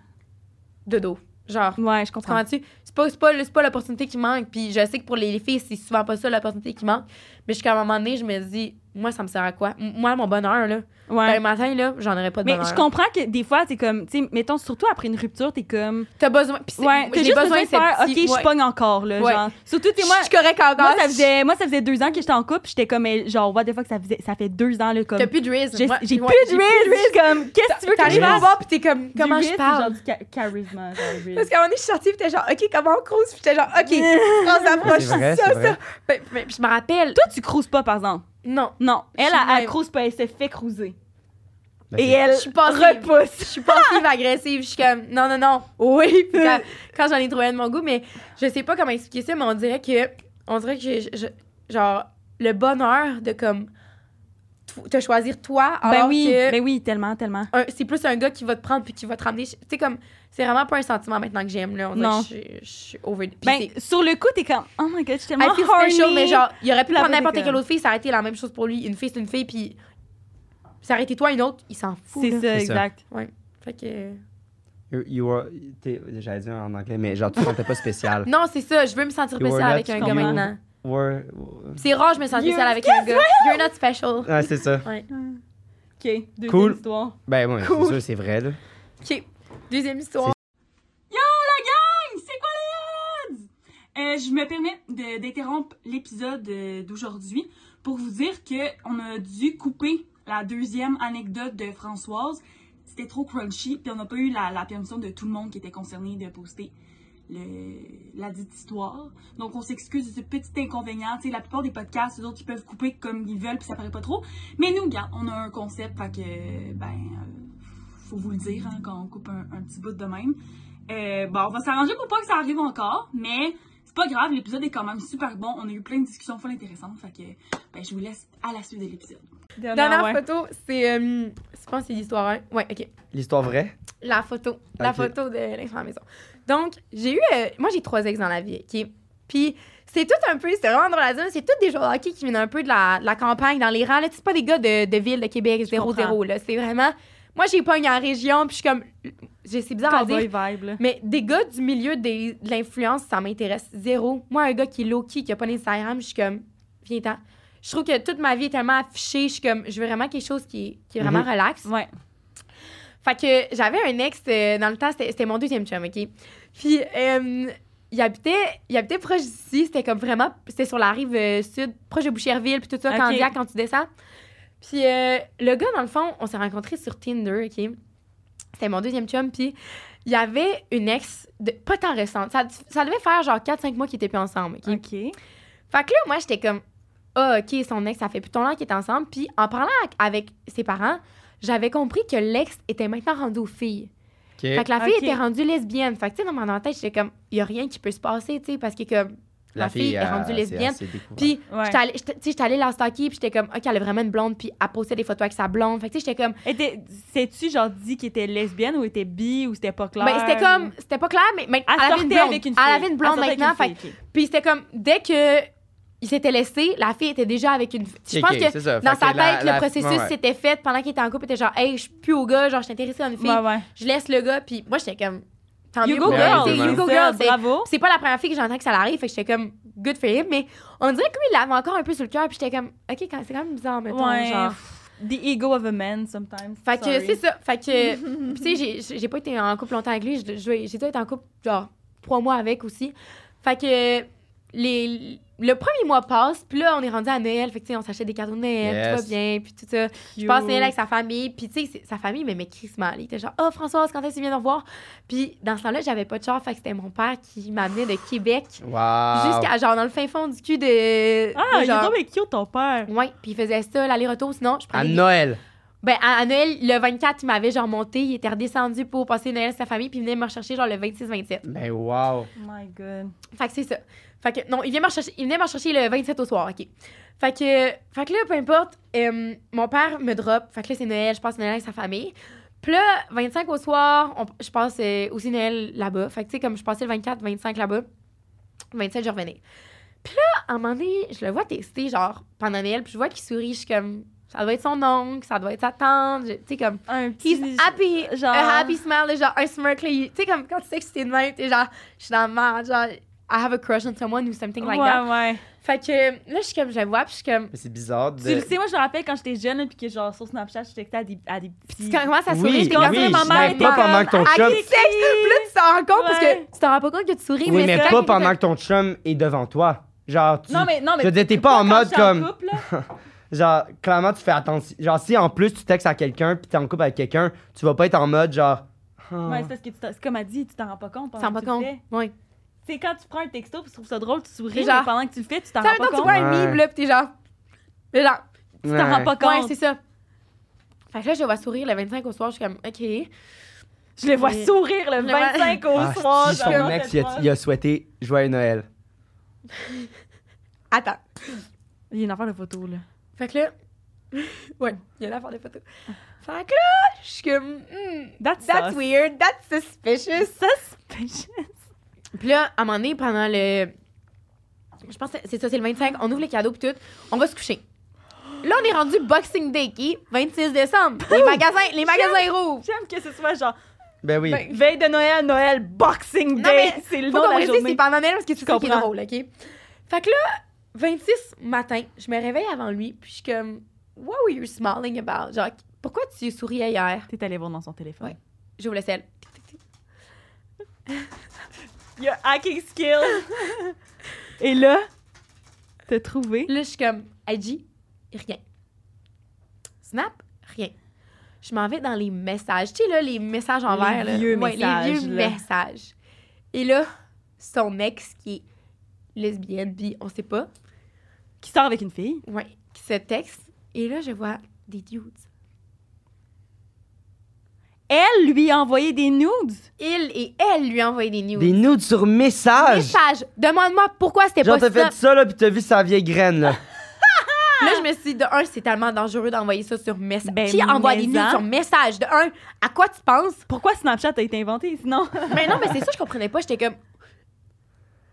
S4: dodo. Genre,
S3: Ouais, je
S4: tu
S3: comprends.
S4: comprends-tu? C'est pas, c'est pas, le- c'est pas l'opportunité qui manque, puis je sais que pour les les filles, c'est souvent pas ça l'opportunité qui manque, mais jusqu'à un moment donné, je me dis, moi, ça me sert à quoi? M- Moi, mon bonheur, là,
S3: Ouais.
S4: le matin, là, j'en aurais pas de
S3: Mais
S4: bonheur.
S3: je comprends que des fois, c'est comme, tu sais, mettons, surtout après une rupture, t'es comme,
S4: T'as besoin, puis c'est-
S3: ouais, t'as
S4: j'ai
S3: juste besoin de
S4: cette
S3: faire, ok,
S4: petite-
S3: je
S4: ouais.
S3: pogne encore, là,
S4: Ouais.
S3: genre. Surtout, t'es moi.
S4: Je suis correct encore.
S3: Moi ça, faisait, moi, ça faisait deux ans que j'étais en couple, puis j'étais comme, eh, genre, what the fuck, ça, faisait, ça fait deux ans, là, comme.
S4: T'as plus de riz.
S3: J'ai
S4: Moi,
S3: j'ai
S4: ouais,
S3: plus de riz, je suis comme, qu'est-ce que tu veux que je
S4: T'arrives
S1: riz.
S4: à
S3: fasse?
S4: voir, puis t'es comme, comment
S3: Du
S4: je
S3: riz,
S4: parle?
S3: genre du cha- charisme, genre, riz.
S4: Parce qu'à un moment donné, je suis sortie, puis t'es genre, OK, comment on croise? Puis j'étais genre, OK, on s'approche,
S1: C'est vrai,
S4: ça,
S1: c'est vrai.
S4: ça. Ben, ben, Puis je me rappelle,
S3: Toi, tu crouses pas, par exemple.
S4: non,
S3: Non.
S4: Je
S3: Elle,
S4: suis
S3: elle, elle
S4: même.
S3: crouse pas, elle se fait crouser.
S1: Ben,
S3: Et
S1: c'est-
S3: elle
S4: je suis pas
S3: repousse.
S4: Je suis passive agressive, je suis comme, non, non, non, oui. Puis quand, quand j'en ai trouvé un de mon goût, mais je sais pas comment expliquer ça, mais on dirait que, on dirait que, j'ai- je- je- genre, le bonheur de comme, t- te choisir toi, alors
S3: Ben oui,
S4: que
S3: ben oui, tellement, tellement.
S4: un- c'est plus un gars qui va te prendre puis qui va te ramener. Tu sais, comme, c'est vraiment pas un sentiment maintenant que j'aime, là. On dirait
S3: Non.
S4: que je- je suis over. Puis
S3: Ben,
S4: c'est-
S3: sur le coup, t'es comme, oh my god, je suis tellement
S4: I feel special,
S3: horny.
S4: mais genre, il aurait pu
S3: Puis la
S4: prendre
S3: vraie
S4: n'importe
S3: déconne.
S4: quelle autre fille, ça aurait été la même chose pour lui. Une fille, c'est une fille, puis s'arrêter toi, une autre, il s'en fout.
S3: C'est ça,
S4: là.
S1: ça.
S3: exact.
S4: Fait que...
S1: You, you are- t'es- J'allais dire en anglais, mais genre, tu te sentais pas spécial.
S4: Non, c'est ça, je veux me sentir
S1: You are
S4: spéciale
S1: not
S4: avec un gars
S1: you.
S4: maintenant.
S1: Were-
S4: C'est rare, je me sens
S3: You're-
S4: spéciale avec un gars. You're not special.
S1: Ouais, c'est ça.
S3: OK, deuxième
S1: Cool.
S3: histoire.
S1: Ben, ouais,
S3: Cool.
S1: c'est sûr, c'est vrai, là.
S4: OK, deuxième histoire.
S2: Yo la gang, c'est quoi les odds? Euh, je me permets de- d'interrompre l'épisode euh, d'aujourd'hui pour vous dire que on a dû couper la deuxième anecdote de Françoise. C'était trop crunchy, puis on n'a pas eu la, la permission de tout le monde qui était concerné de poster le- la dite histoire. Donc on s'excuse de ce petit inconvénient. Tu sais, la plupart des podcasts, eux autres, ils peuvent couper comme ils veulent, puis ça paraît pas trop. Mais nous, regarde, on a un concept, fait que, ben, euh, faut vous le dire hein, quand on coupe un- un petit bout de même. Euh, bon, on va s'arranger pour pas que ça arrive encore, mais c'est pas grave, l'épisode est quand même super bon. On a eu plein de discussions folles intéressantes, fait que ben, je vous laisse à la suite de l'épisode.
S4: Dernière
S3: ouais.
S4: photo, c'est... euh, je pense que c'est l'histoire 1. Ouais, OK.
S1: L'histoire vraie?
S4: La photo. La
S1: Ok.
S4: photo de l'ex à la maison. Donc, j'ai eu. euh, moi, j'ai trois ex dans la vie, OK? Puis, c'est tout un peu. C'est vraiment drôle à dire. C'est tous des joueurs de hockey qui viennent un peu de la, de la campagne, dans les rangs. là. C'est pas des gars de, de ville, de Québec, 0-0. là. C'est vraiment. Moi, j'ai pogné en région, puis je suis comme. j'ai- C'est bizarre à dire.
S3: Cowboy vibe, là.
S4: Mais des gars du milieu des- de l'influence, ça m'intéresse zéro. Moi, un gars qui est low-key, qui a pas d'Instagram, je suis comme, viens-t'en. Je trouve que toute ma vie est tellement affichée. Je suis comme, je veux vraiment quelque chose qui, est- qui est vraiment
S1: Mhm.
S4: relax.
S3: Ouais.
S4: Fait que j'avais un ex, euh, dans le temps, c'était c'était mon deuxième chum, OK? Puis, euh, il, habitait, il habitait proche d'ici. C'était comme vraiment... C'était sur la rive euh, sud, proche de Boucherville, puis tout ça,
S3: OK.
S4: Candiac, quand tu descends. Puis, euh, le gars, dans le fond, on s'est rencontrés sur Tinder, OK? C'était mon deuxième chum, puis il y avait une ex, de, pas tant récente. Ça, ça devait faire genre 4-5 mois qu'ils étaient plus ensemble, OK?
S3: OK.
S4: Fait que là, moi, j'étais comme, ah, OK, son ex, ça fait plus longtemps qu'ils étaient ensemble. Puis en parlant a- avec ses parents, j'avais compris que l'ex était maintenant rendu aux filles.
S1: OK.
S4: Fait que la fille
S3: Ok.
S4: était rendue lesbienne. Fait que, tu sais, dans mon tête, j'étais comme, il y a rien qui peut se passer, tu sais, parce que, comme, la fille est
S1: elle-
S4: rendue
S1: elle s'est-
S4: lesbienne.
S1: elle s'est découverte.
S4: puis,
S3: Ouais.
S4: j'étais allée- j'étais- tu sais, j'étais allée la stalker, puis j'étais comme, OK, elle est vraiment une blonde, puis elle postait des photos avec sa blonde. Fait que, tu sais, j'étais comme,
S3: Était- Sais-tu, genre, dit qu'elle était lesbienne ou était bi ou c'était pas clair?
S4: ben, c'était comme, c'était pas clair, mais, mais
S3: Elle
S4: elle, avait
S3: sortait
S4: une blonde.
S3: avec une fille.
S4: elle avait une blonde
S3: sortait avec
S4: maintenant.
S3: une
S4: Fait
S3: fille, ok.
S4: Puis c'était comme, dès que il s'était laissé, la fille était déjà avec une. Je pense que dans sa tête, le processus s'était fait pendant qu'il était en couple. Il était genre, hey, je suis plus au gars, genre, je suis intéressée dans une fille.
S3: Ouais, ouais.
S4: Je laisse le gars, puis moi, j'étais comme. Tant
S3: You
S4: mieux
S3: go
S4: pour
S1: Ouais,
S4: elle,
S3: girl!
S4: tu sais,
S1: exactement.
S4: You go
S3: C'est
S4: girl,
S3: ça,
S4: tu sais.
S3: Bravo!
S4: C'est pas la première fois que j'entends que ça l'arrive, fait que j'étais comme good for him, mais on dirait que lui, il l'avait encore un peu sur le cœur, puis j'étais comme ok, quand- c'est quand même bizarre, mettons.
S3: Ouais.
S4: Genre.
S3: The ego of a man, sometimes.
S4: Fait que
S3: Sorry.
S4: c'est ça. Fait que, tu sais, j'ai- j'ai pas été en couple longtemps avec lui, Je- je- j'ai dû être en couple genre trois mois avec aussi. Fait que les, le premier mois passe, puis là, on est rendu à Noël, fait que tu sais, on s'achète des cadeaux de Noël,
S1: Yes.
S4: tout va bien, puis tout ça. Je passe Noël avec sa famille, puis tu sais, c'est- sa famille m'aimait crissement. Il était genre, oh Françoise, quand est-ce que tu viens nous voir? Puis dans ce temps-là, j'avais pas de char, fait que c'était mon père qui m'amenait de Québec
S1: Wow.
S4: jusqu'à genre dans le fin fond du cul de.
S3: Ah,
S4: de,
S3: il est
S4: genre,
S3: tombé cute, ton père.
S4: Ouais, puis il faisait ça, l'aller-retour, sinon je
S1: À
S4: prenais. des-
S1: Noël.
S4: Ben, à, à Noël, le 24, il m'avait genre monté, il était redescendu pour passer Noël avec sa famille, puis il venait me rechercher genre le 26-27.
S1: Ben wow.
S3: Oh my god.
S4: Fait que c'est ça. Fait que, non, il, vient me rechercher, il venait me rechercher le 27 au soir, OK. Fait que, fait que là, peu importe, euh, mon père me drop. Fait que là, c'est Noël, je passe Noël avec sa famille. Puis là, 25 au soir, on- je passe euh, aussi Noël là-bas. Fait que, tu sais, comme je passais le 24, 25 là-bas, 27, je revenais. Puis là, à un moment donné, je le vois tester, genre, pendant Noël, puis je vois qu'il sourit. Je suis comme, ça doit être son oncle, ça doit être sa tante, je- tu sais, comme...
S3: Un petit.
S4: He's happy,
S3: genre-
S4: a happy smile, là, genre un smirk, là, il- tu sais comme quand tu sais que c'est de même, t'es genre, je suis dans la merde, genre, I have a crush on someone ou something like that.
S3: ouais, ouais.
S4: Fait que là, je suis comme, je le vois, puis je suis comme,
S1: Mais c'est bizarre de.
S3: Tu le sais, moi, je me rappelle quand j'étais jeune, là, puis que genre sur Snapchat, je textais à des, à des petits.
S4: tu commences à sourire,
S1: oui,
S4: t'es comme,
S1: oui,
S4: Ah, maman,
S1: mais
S4: t'es
S1: pas
S4: comme,
S1: pendant que ton
S4: Ah,
S1: chum.
S4: qui texte? Puis là, tu t'en rends compte parce que
S3: Ouais.
S4: tu t'en rends pas compte que tu souris,
S1: Oui, mais
S4: c'est
S1: pas
S4: comme-
S1: pendant que ton chum est devant toi. Genre, tu.
S3: Non, mais non, mais.
S1: Je veux dire, t'es pas en
S3: quand
S1: mode
S3: j'étais en
S1: comme-
S3: couple, là.
S1: Genre, clairement, tu fais attention. Genre, si en plus tu textes à quelqu'un puis t'es en couple avec quelqu'un, tu vas pas être en mode genre. Ah.
S3: Ouais, c'est parce que tu t'en- c'est comme elle dit, tu t'en rends pas compte.
S4: Tu
S3: pendant
S4: t'en rends
S3: que tu
S4: pas
S3: le
S4: compte.
S3: fais.
S4: Ouais.
S3: Tu sais, quand tu prends un texto, puis tu trouves ça drôle, tu souris,
S4: Genre-
S3: mais pendant que tu le fais, tu t'en
S4: Tu sais,
S3: rends pas
S4: mettons que tu
S3: compte.
S4: vois un meme, là, puis t'es genre, là, genre,
S3: Tu t'en rends
S1: Ouais.
S3: pas
S4: ouais,
S3: compte.
S4: c'est ça. Fait que là, je le vois sourire le 25 au soir, je suis comme, OK.
S3: je les vois sourire le
S4: Ouais.
S3: 25 au
S1: Ah,
S3: soir.
S1: si,
S3: genre,
S1: son
S3: dans
S1: ex,
S3: cette
S1: il a,
S3: phrase.
S1: il a souhaité joyeux Noël.
S4: Attends.
S3: Il y a une affaire de photo, là.
S4: Fait que là, ouais, il y a l'affaire des photos. Fait que là, je suis comme, hmm,
S3: That's
S4: that's
S3: sus.
S4: weird, that's suspicious.
S3: Suspicious.
S4: Puis là, à un moment donné, pendant le. Je pense que c'est ça, c'est le 25, on ouvre les cadeaux puis tout, on va se coucher. Là, on est rendu Boxing Day qui, 26 décembre. Les magasins, les magasins rouvrent.
S3: J'aime que ce soit genre
S1: Ben oui.
S4: Ben,
S3: veille de Noël, Noël, Boxing
S4: Non,
S3: Day.
S4: mais
S3: C'est le
S4: Faut
S3: nom de
S4: qu'on
S3: la
S4: précise,
S3: journée.
S4: c'est pendant Noël parce que c'est ça qui est
S3: comprends.
S4: drôle, OK? Fait que là, 26 matin, je me réveille avant lui puis je suis comme, what were you smiling about? Genre, pourquoi tu souriais hier?
S3: T'es allé voir dans son téléphone.
S4: Ouais. J'ouvre le sel. Tic, tic, tic.
S3: Il y a hacking skill. Et là, t'as trouvé.
S4: Là, je suis comme, Adji, rien. Snap, rien. Je m'en vais dans les messages. Tu sais, là, les messages en
S3: Les
S4: vert. là.
S3: vieux
S4: Ouais,
S3: messages,
S4: Les vieux
S3: là.
S4: messages. Et là, son ex qui est lesbienne, bi, on sait pas,
S3: Qui sort avec une fille.
S4: ouais, qui se texte. Et là, je vois des dudes.
S3: Elle lui a envoyé des nudes.
S4: Il et elle lui envoient des news.
S1: Des nudes sur message.
S4: messages. Demande-moi pourquoi c'était
S1: Genre,
S4: pas
S1: t'as fait
S4: Snap.
S1: ça, là, pis t'as vu sa vieille graine, là.
S4: Là, je me suis dit, de un, c'est tellement dangereux d'envoyer ça sur message.
S3: Ben,
S4: qui envoie des
S3: mais
S4: news
S3: en.
S4: sur message? De un, à quoi tu penses?
S3: Pourquoi Snapchat a été inventé sinon?
S4: Mais non, mais c'est ça, je comprenais pas. J'étais comme.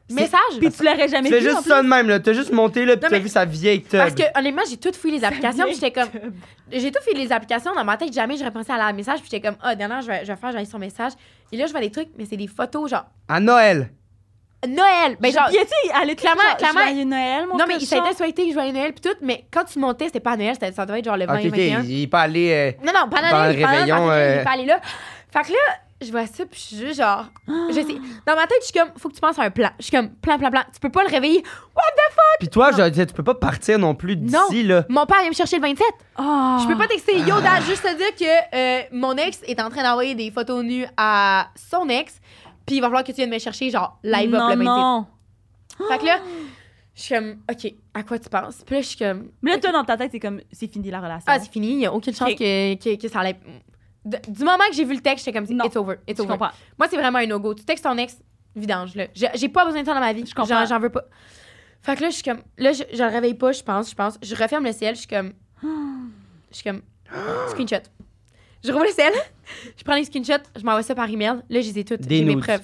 S1: C'est-
S4: Message?
S3: Puis tu l'aurais jamais
S1: Tu
S3: vu.
S1: fais
S3: en
S1: juste
S3: plus.
S1: ça de même, là. T'as juste monté, là, pis
S4: Non,
S1: t'as
S4: mais-
S1: vu sa vieille tub.
S4: Parce que, honnêtement, j'ai tout fouillé les applications. puis J'étais comme.
S3: Tub.
S4: J'ai tout fouillé les applications. Dans ma tête, jamais j'aurais pensé à la message. Puis j'étais comme, ah, dernière, je vais, je vais faire, j'envoie son message. Et là, je vois des trucs, mais c'est des photos, genre.
S1: À Noël.
S4: Noël! Ben, genre.
S3: Puis, tu sais, elle est
S4: Clairement-
S3: clairement,
S4: clairement-
S3: Joyeux Noël, mon
S4: Non, mais ça a
S3: cochon.
S4: été souhaité que je voyais Noël, puis tout. Mais quand tu montais, c'était pas à Noël, c'était- ça devait être genre le 20,
S1: ok, ok,
S4: 21.
S1: Ah, il il est pas allé.
S4: Non, non, pendant
S1: Dans le
S4: Noël, pendant-
S1: réveillon,
S4: pendant Noël, il est
S1: euh.
S4: pas allé là. Fait que là, je vois ça, puis je suis juste genre. Je sais. Dans ma tête, je suis comme, faut que tu penses à un plan. Je suis comme, plan, plan, plan. Tu peux pas le réveiller.
S1: Pis euh, Puis toi, je disais, tu peux pas partir non plus d'ici, là.
S4: Mon père vient me chercher le 27.
S3: Ah.
S4: Je peux pas texter Yoda, juste te dire que euh, mon ex est en train d'envoyer des photos nues à son ex, puis il va falloir que tu viennes me chercher, genre, live
S3: non,
S4: up le 26.
S3: non.
S4: Fait que là, je suis comme, OK, à quoi tu penses? Puis là, je suis comme,
S3: Mais là, toi, dans ta tête, c'est comme, c'est fini la relation.
S4: ah, c'est fini, il n'y a aucune chance
S3: Ok.
S4: que, que, que ça allait. De- du moment que j'ai vu le texte, j'étais comme,
S3: Non.
S4: it's over, it's
S3: je
S4: over.
S3: comprends.
S4: Moi, c'est vraiment un no-go. Tu textes ton ex, vidange, là. J'ai j'ai pas besoin de ça dans ma vie.
S3: Je comprends.
S4: J'en- J'en veux pas. Fait que là, je suis comme. Là, je, je le réveille pas, je pense, je pense. Je referme le ciel, je suis comme. Je suis comme. Screenshot. Je rouvre le ciel, je prends les screenshots, je m'envoie ça par email. Là, j'ai toutes.
S1: Des
S4: J'ai mes
S1: nudes.
S4: preuves.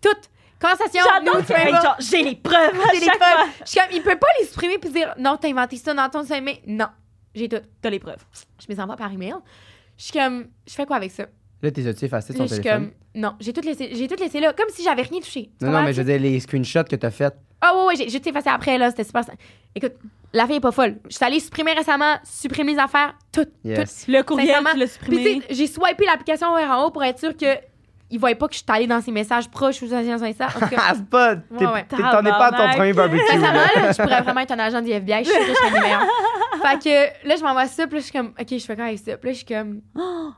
S4: Toutes. Conversation, nous,
S3: J'adore
S4: tu
S3: que hey,
S4: m'inventes.
S3: genre, j'ai les preuves à
S4: J'ai les
S3: chaque
S4: preuves.
S3: fois.
S4: Je suis comme, il peut pas les supprimer puis dire non, t'as inventé ça dans ton sommeil. Non, j'ai tout.
S3: T'as les preuves.
S4: Je me les envoie par email. Je suis comme, je fais quoi avec ça?
S1: Là, tes as-tu effacé
S4: Là,
S1: ton
S4: je suis
S1: téléphone?
S4: comme, non, j'ai tout laissé, j'ai tout laissé là, comme si j'avais rien touché. Tu
S1: Non, non,
S4: comprends?
S1: mais je veux dire, les screenshots que t'as fait.
S4: Ah ouais, ouais, j'ai- j'ai tout effacé après, là, c'était super. simple. Écoute, la fille est pas folle. Je suis allée supprimer récemment, supprimer les affaires, tout, tout.
S1: Yes.
S3: Le courriel,
S4: Sincèrement,
S3: tu l'as
S4: Puis tu
S3: supprimé.
S4: sais, j'ai swipé l'application en haut en haut pour être sûre que ils voyaient pas que je suis allée dans ses messages proches ou dans ses messages. En tout
S1: Ah,
S4: cas,
S1: c'est pas. T'es
S4: Ouais, ouais.
S1: t'es- t'en es pas à ton
S3: Tabarnak.
S1: premier barbecue,
S4: sincèrement,
S1: là.
S4: là, je pourrais vraiment être un agent du FBI. Je suis sûre que je serais une meilleure. Fait que là, je m'envoie ça, puis là, je suis comme, OK, je fais quoi avec ça? Puis là, je suis comme,
S3: Oh,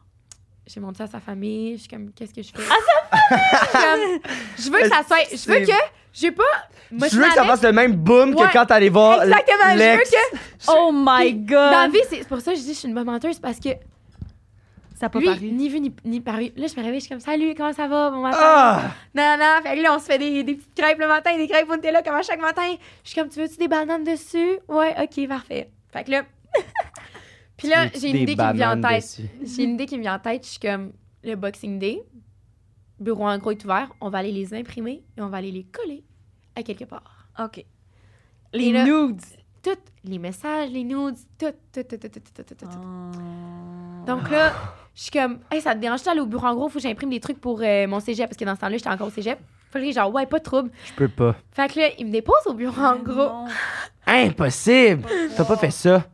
S4: j'ai monté ça à sa famille, je suis comme, qu'est-ce que je fais? À sa famille! je veux que ça soit. Je veux que. J'ai pas. moi,
S1: Tu
S4: je
S1: veux que ça
S4: m'avais-
S1: fasse le même boom
S4: Ouais.
S1: que quand t'allais voir.
S4: Exactement, je veux
S1: l'ex.
S4: que.
S3: oh my
S4: Puis,
S3: god.
S4: Dans la vie, c'est c'est pour ça que je dis que je suis une bonne menteuse parce que
S3: ça a pas
S4: lui,
S3: paru.
S4: ni vu ni, ni paru. Là, je me réveille, je suis comme salut, comment ça va? Bon matin.
S1: Ah!
S4: Non, non, fait que là, on se fait des, des petites crêpes le matin, des crêpes au Nutella comme à chaque matin. Je suis comme tu veux-tu des bananes dessus? Ouais, ok, parfait. Fait que là. Puis là,
S1: Mets-tu
S4: j'ai une
S1: des
S4: idée qui me vient en
S1: bananes
S4: tête.
S1: dessus?
S4: J'ai une idée qui me vient en tête. Je suis comme le Boxing Day, bureau en gros est ouvert, on va aller les imprimer et on va aller les coller à quelque part.
S3: OK.
S4: Et
S3: Les
S4: là-
S3: nudes.
S4: Toutes les messages, les nudes, tout, tout, tout, tout, tout, tout, tout, tout. tout.
S3: Donc,
S4: Donc là, je suis comme, hey, ça te dérange d'aller au bureau en gros, faut que j'imprime des trucs pour euh, mon cégep, parce que dans ce temps-là, j'étais encore au cégep. Fallait genre, ouais, pas de trouble.
S1: Je peux pas.
S4: Fait que là, il me dépose au
S3: Oh
S4: bureau
S3: Ah
S4: en gros.
S1: Impossible! T'as pas fait ça.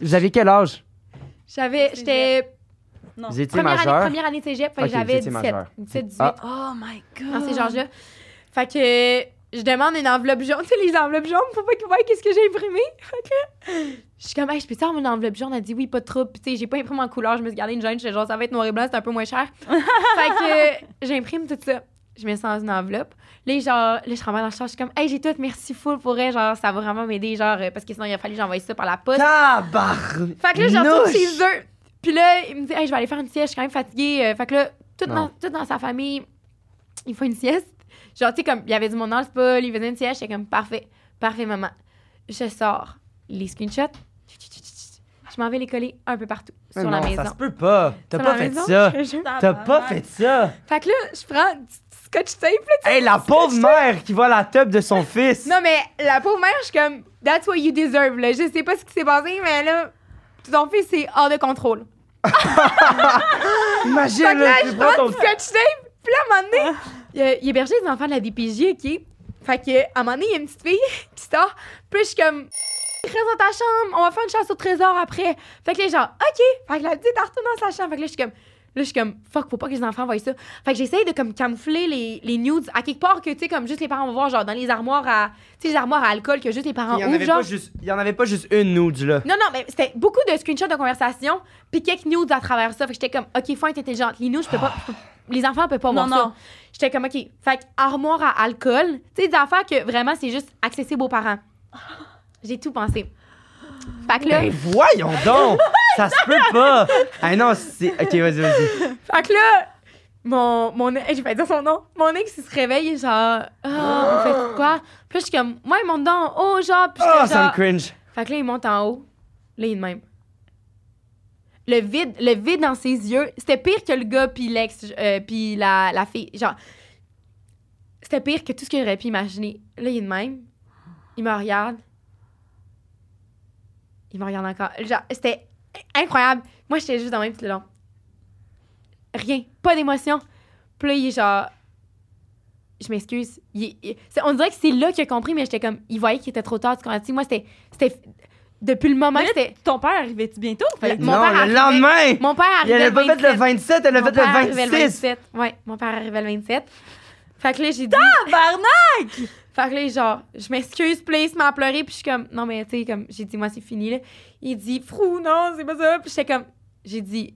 S1: Vous avez quel âge?
S4: J'avais,
S3: Cégep.
S4: j'étais
S3: Non.
S1: Vous étiez
S4: première année,
S1: majeur?
S4: première année de cégep, fait que
S1: Ok, vous
S4: j'avais
S1: étiez
S4: 17,
S1: majeur.
S4: 17, 18,
S1: Ah.
S3: Oh my god.
S4: dans ces genres-là. Fait que je demande une enveloppe jaune, tu sais, les enveloppes jaunes, pour pas qu'ils voient qu'est-ce que j'ai imprimé. Fait que je suis comme, hey, je peux-tu avoir une enveloppe jaune? Elle dit oui, pas de trouble. Puis tu sais, j'ai pas imprimé en couleur, je me suis gardée une jaune, j'étais genre, ça va être noir et blanc, c'est un peu moins cher. fait que j'imprime tout ça. Je mets ça dans une enveloppe. Là, genre, là, je rentre dans le char, je suis comme, hey, j'ai tout, merci full pour elle, genre, ça va vraiment m'aider, genre, euh, parce que sinon, il a fallu que j'envoie ça par la poste.
S1: Tabar!
S4: Fait que là, je retourne chez eux. Puis là, il me dit, hey, je vais aller faire une sieste, je suis quand même fatiguée. Euh, fait que là, tout
S1: Non.
S4: dans, tout dans sa famille, il fait une sieste. Genre, tu sais, comme, il y avait du monde dans le spa, il faisait une sieste, j'étais comme, parfait, parfait, maman. Je sors les screenshots, je m'en vais les coller un peu partout sur la maison.
S1: Ça se peut pas. T'as
S4: Sur
S1: pas
S4: la
S1: fait
S4: maison,
S1: ça.
S4: je te jure.
S1: T'as pas fait ça.
S4: Fait que là, je prends du petit scotch tape, là, tu sais.
S1: Hey, la pauvre mère qui voit la tub de son fils.
S4: Non, mais la pauvre mère, je suis comme, that's what you deserve, là. Je sais pas ce qui s'est passé, mais là, ton fils, c'est hors de contrôle.
S1: Imagine,
S4: Fait que là,
S1: là,
S4: je
S1: tu
S4: prends
S1: prends ton
S4: du scotch tape. Puis là, à un moment donné, il, euh, il hébergeait des enfants de la DPJ, OK? Fait que, à un moment donné, il y a une petite fille qui sort. Puis là, je suis comme, reste dans ta chambre, on va faire une chasse au trésor après. Fait que là, genre, OK. Fait que la petite, elle retourne dans sa chambre. Fait que là, je suis comme, là, je suis comme, fuck, faut pas que les enfants voient ça. Fait que j'essaye de, comme, camoufler les, les nudes à quelque part que, tu sais, comme, juste les parents vont voir, genre, dans les armoires à, tu sais, les armoires à alcool que juste les parents
S1: Il y, en
S4: ouvrent,
S1: avait pas
S4: genre.
S1: juste, il y en avait pas juste une nude, là.
S4: Non, non, mais c'était beaucoup de screenshots de conversation, puis quelques nudes à travers ça. Fait que j'étais comme, OK, faut être intelligente. Les nudes, je peux pas. je peux- les enfants peuvent pas
S3: Non,
S4: voir
S3: non.
S4: ça. J'étais comme, OK. Fait que armoire à alcool, tu sais, des affaires que vraiment, c'est juste accessible aux parents. J'ai tout pensé. Fait que là,
S1: Ben voyons donc! ça se peut pas! Ah non, c'est... Ok, vas-y, vas-y.
S4: fait que là, mon, mon ex- je vais dire son nom, mon ex, il se réveille, genre, ah, on fait quoi? Puis là, je suis comme, moi, il monte d'en haut, genre, puis j'étais
S1: Oh, ça
S4: genre-
S1: me cringe.
S4: Fait que là, il monte en haut. Là, il est de même. Le vide, le vide dans ses yeux, c'était pire que le gars puis l'ex, euh, puis la, la fille. Genre, c'était pire que tout ce que j'aurais pu imaginer. Là, il est de même. Il me regarde. Il me regarde encore. Genre, c'était incroyable. Moi, j'étais juste dans le même tout le long. Rien. Pas d'émotion. Puis là, il est genre... Je m'excuse. Il est- il- c'est- On dirait que c'est là qu'il a compris, mais j'étais comme... Il voyait qu'il était trop tard. Tu comprends? Tu sais, Moi, c'était... c'était- Depuis le moment
S3: Mais
S4: que
S3: là,
S4: c'était...
S3: Ton père arrivait-tu bientôt? Fait que-
S4: Mon
S1: non,
S4: père
S1: le
S4: arrivait-
S1: lendemain!
S4: Mon père
S1: Il
S4: arrivait
S1: avait pas fait le 27, elle a
S4: Mon
S1: fait
S4: père arrivait
S1: le 26.
S4: Ouais, mon père arrivait le 27. Fait que là, j'ai dit...
S3: Tabarnak!
S4: Fait que là, il est genre, je m'excuse, please, m'a pleuré. Puis je suis comme, non, mais tu sais, comme, j'ai dit, moi, c'est fini, là. Il dit, frou, non, c'est pas ça. Puis j'étais comme, j'ai dit,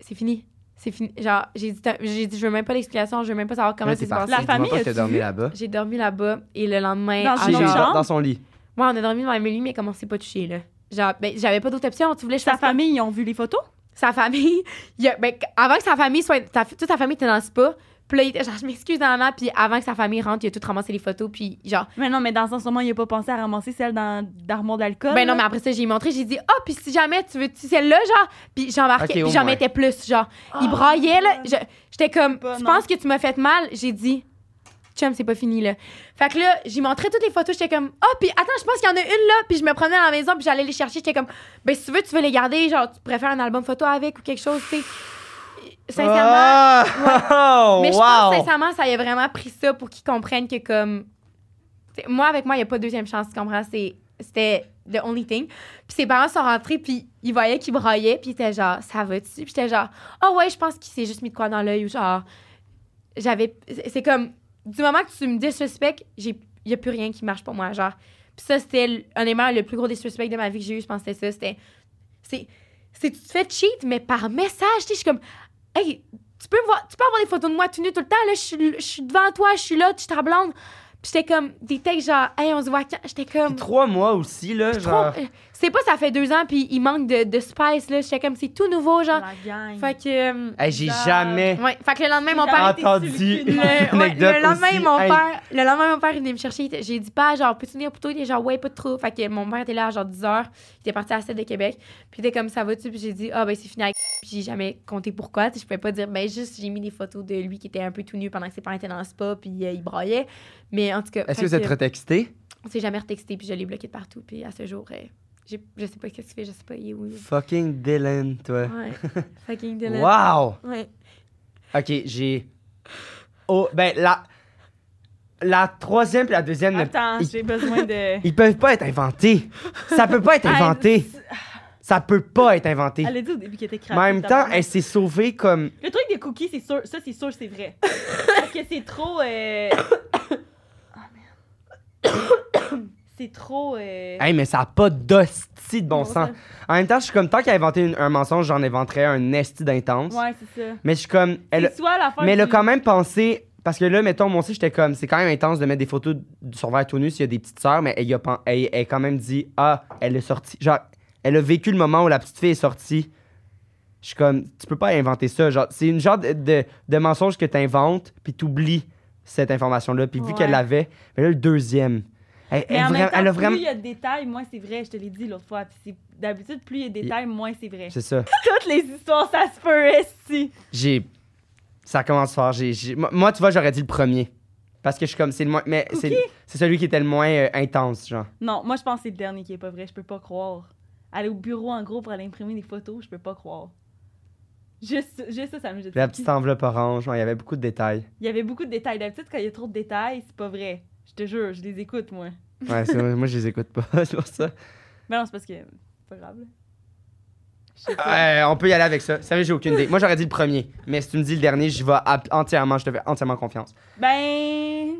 S4: c'est fini. C'est fini. Genre, j'ai dit, t'as- j'ai dit, je veux même pas l'explication, je veux même pas savoir comment
S1: Là,
S4: c'est
S1: t'es parti.
S4: passé.
S3: La
S1: Dis-moi
S3: famille,
S1: pas que t'as
S3: as-tu
S1: dormi
S3: vu?
S1: là-bas.
S4: J'ai dormi là-bas et le lendemain,
S3: Dans
S4: à
S3: son
S1: J'ai-
S4: genre-
S3: chambre?
S1: Dans son lit.
S4: Ouais, on a dormi dans la même lit, mais comment c'est pas touché, là. Genre, ben, j'avais pas d'autre option. Tu voulais que je
S3: Sa
S4: fasse quoi?
S3: famille, ils ont vu les photos?
S4: sa famille. il y a- ben, qu- avant que sa famille soit. ta- toute sa famille était dans le spa. Puis là, il était genre, je m'excuse, dans là. Puis avant que sa famille rentre, il a tout ramassé les photos. Puis genre,
S3: Mais non, mais dans son moment, il a pas pensé à ramasser celle dans- d'armoire d'alcool.
S4: Ben non, mais
S3: là.
S4: après ça, j'ai montré, j'ai dit, ah, puis si jamais tu veux, tu celle-là, genre, puis j'embarquais,
S1: Ok,
S4: puis
S1: au
S4: j'en
S1: moins.
S4: mettais plus, genre. il
S3: Oh,
S4: braillait, là.
S3: God.
S4: Je- J'étais comme,
S3: Pas,
S4: tu
S3: non.
S4: penses que tu m'as fait mal? J'ai dit, chum, c'est pas fini, là. Fait que là, j'y montrais toutes les photos, j'étais comme, ah, puis attends, je pense qu'il y en a une là, puis je me prenais à la maison, puis j'allais les chercher, j'étais comme, ben si tu veux, tu veux les garder, genre, tu préfères un album photo avec ou quelque chose, tu sais. Sincèrement.
S1: Oh,
S4: Mais je
S1: wow.
S4: pense sincèrement, ça y a vraiment pris ça pour qu'ils comprennent que comme t'sais, moi avec moi, il y a pas de deuxième chance, tu comprends, c'est c'était the only thing. Puis ses parents sont rentrés puis ils voyaient qu'il braillait puis ils étaient genre ça va-tu Puis j'étais genre "Ah ouais, je pense qu'il s'est juste mis de quoi dans l'œil ou genre j'avais c'est- c'est comme du moment que tu me disrespectes, j'ai il y a plus rien qui marche pour moi, genre. Puis ça c'était l- honnêtement le plus gros disrespect de ma vie que j'ai eu, je pensais ça, c'était c'est c'est tu te fais cheat mais par message, tu sais, je suis comme hey, tu peux, me voir, tu peux avoir des photos de moi tout nu tout le temps. Là, je suis- je suis devant toi, je suis là, tu ta blonde. Puis j'étais comme, des textes genre, hey, on se voit quand? J'étais comme,
S1: Trois mois aussi, là, genre.
S4: trop- euh, C'est pas, ça fait deux ans, puis il manque de, de spice, là. J'étais comme, c'est tout nouveau, genre.
S3: La gang.
S4: Fait que. euh,
S1: Hey, j'ai
S3: Bizarre.
S1: jamais
S4: ouais, fait que le lendemain, mon
S3: J'ai
S4: père.
S3: arrêté sur le
S1: entendu
S3: cul de
S4: Le,
S1: une
S3: ma mère.
S4: ouais,
S1: anecdote
S4: le lendemain,
S1: aussi,
S4: mon
S1: hey.
S4: père, le lendemain, mon père, il venait me chercher. il était- J'ai dit, pas genre, peux-tu venir plus tôt? Il était genre, ouais, pas trop. Fait que mon père était là à genre 10 h. Il était parti à 7 de Québec. Puis il était comme, ça va-tu? Puis j'ai dit, ah, ben, c'est fini avec. Puis j'ai jamais compté pourquoi. Tu sais, Je pouvais pas dire, ben, juste, j'ai mis des photos de lui qui était un peu tout nu pendant que ses parents étaient dans le spa. Puis euh, il braillait. Mais en tout cas.
S1: Est-ce
S4: fait
S1: que vous êtes retexté?
S4: On s'est jamais retexté. Puis je l'ai bloqué de partout. Puis à ce jour, euh, j'ai- je sais pas qu'est-ce qu'il fait. Je sais pas, il est où. il est.
S1: Fucking Dylan, toi.
S4: Ouais. Fucking Dylan.
S1: Wow!
S4: Ouais.
S1: Ok, j'ai. Oh, ben, la. La troisième et la deuxième. ne-
S3: Attends,
S1: ils,
S3: j'ai besoin de.
S1: ils peuvent pas être inventés. Ça peut pas être inventé. Ça peut pas être inventé.
S3: Elle a dit au début qu'elle était
S1: Mais
S3: crampée.
S1: en même temps,
S3: tabarnak.
S1: elle s'est sauvée comme.
S3: Le truc des cookies, c'est sûr. Ça, c'est sûr, c'est vrai. Parce que c'est trop. euh, Ah, merde. C'est trop. euh,
S1: Hey, mais ça a pas d'hostie de bon
S3: Bon sens.
S1: sens. En même temps, je suis comme, tant qu'elle a inventé une- un mensonge, j'en inventerais un esti d'intense.
S3: Ouais, c'est ça.
S1: Mais je suis comme. Elle,
S3: C'est soit la fin.
S1: Mais elle a
S3: du-
S1: quand même pensé. Parce que là, mettons, moi aussi, j'étais comme. C'est quand même intense de mettre des photos de son verre tout nu s'il y a des petites sœurs, mais elle, y a, pen- elle, elle a quand même dit Ah, elle est sortie. Genre, elle a vécu le moment où la petite fille est sortie. Je suis comme. Tu peux pas inventer ça. Genre, c'est une genre de, de, de mensonge que t'inventes, puis t'oublies cette information-là. Puis vu
S3: Ouais.
S1: qu'elle l'avait, mais là, le deuxième. Elle,
S3: Mais
S1: elle
S3: en
S1: vra-
S3: même temps,
S1: elle a
S3: plus
S1: vraiment.
S3: il y a de détails, moins c'est vrai. Je te l'ai dit l'autre fois. Puis c'est- D'habitude, plus il y a de détails, moins c'est vrai.
S1: C'est ça.
S3: Toutes les histoires, ça se peut, esti.
S1: J'ai. Ça commence fort. J'ai, j'ai- Moi- Moi, tu vois, j'aurais dit le premier. Parce que je suis comme. C'est le moins. Mais c'est, c'est celui qui était le moins euh, intense, genre.
S3: Non, moi, je pense que c'est le dernier qui est pas vrai. Je peux pas croire. Aller au bureau, en gros, pour aller imprimer des photos, je peux pas croire. Juste, juste ça, ça me jette.
S1: La petite enveloppe orange, ouais, il y avait beaucoup de détails.
S3: Il y avait beaucoup de détails. D'habitude, quand il y a trop de détails, c'est pas vrai. Je te jure, je les écoute, moi.
S1: Ouais, c'est- moi, je les écoute pas, c'est pour ça.
S3: Mais non, c'est parce que. c'est Pas grave. là. Je sais pas.
S1: Euh, on peut y aller avec ça. Sérieux, j'ai aucune idée. Moi, j'aurais dit le premier, mais si tu me dis le dernier, j'y vais ab- entièrement, je te fais entièrement confiance.
S3: Ben.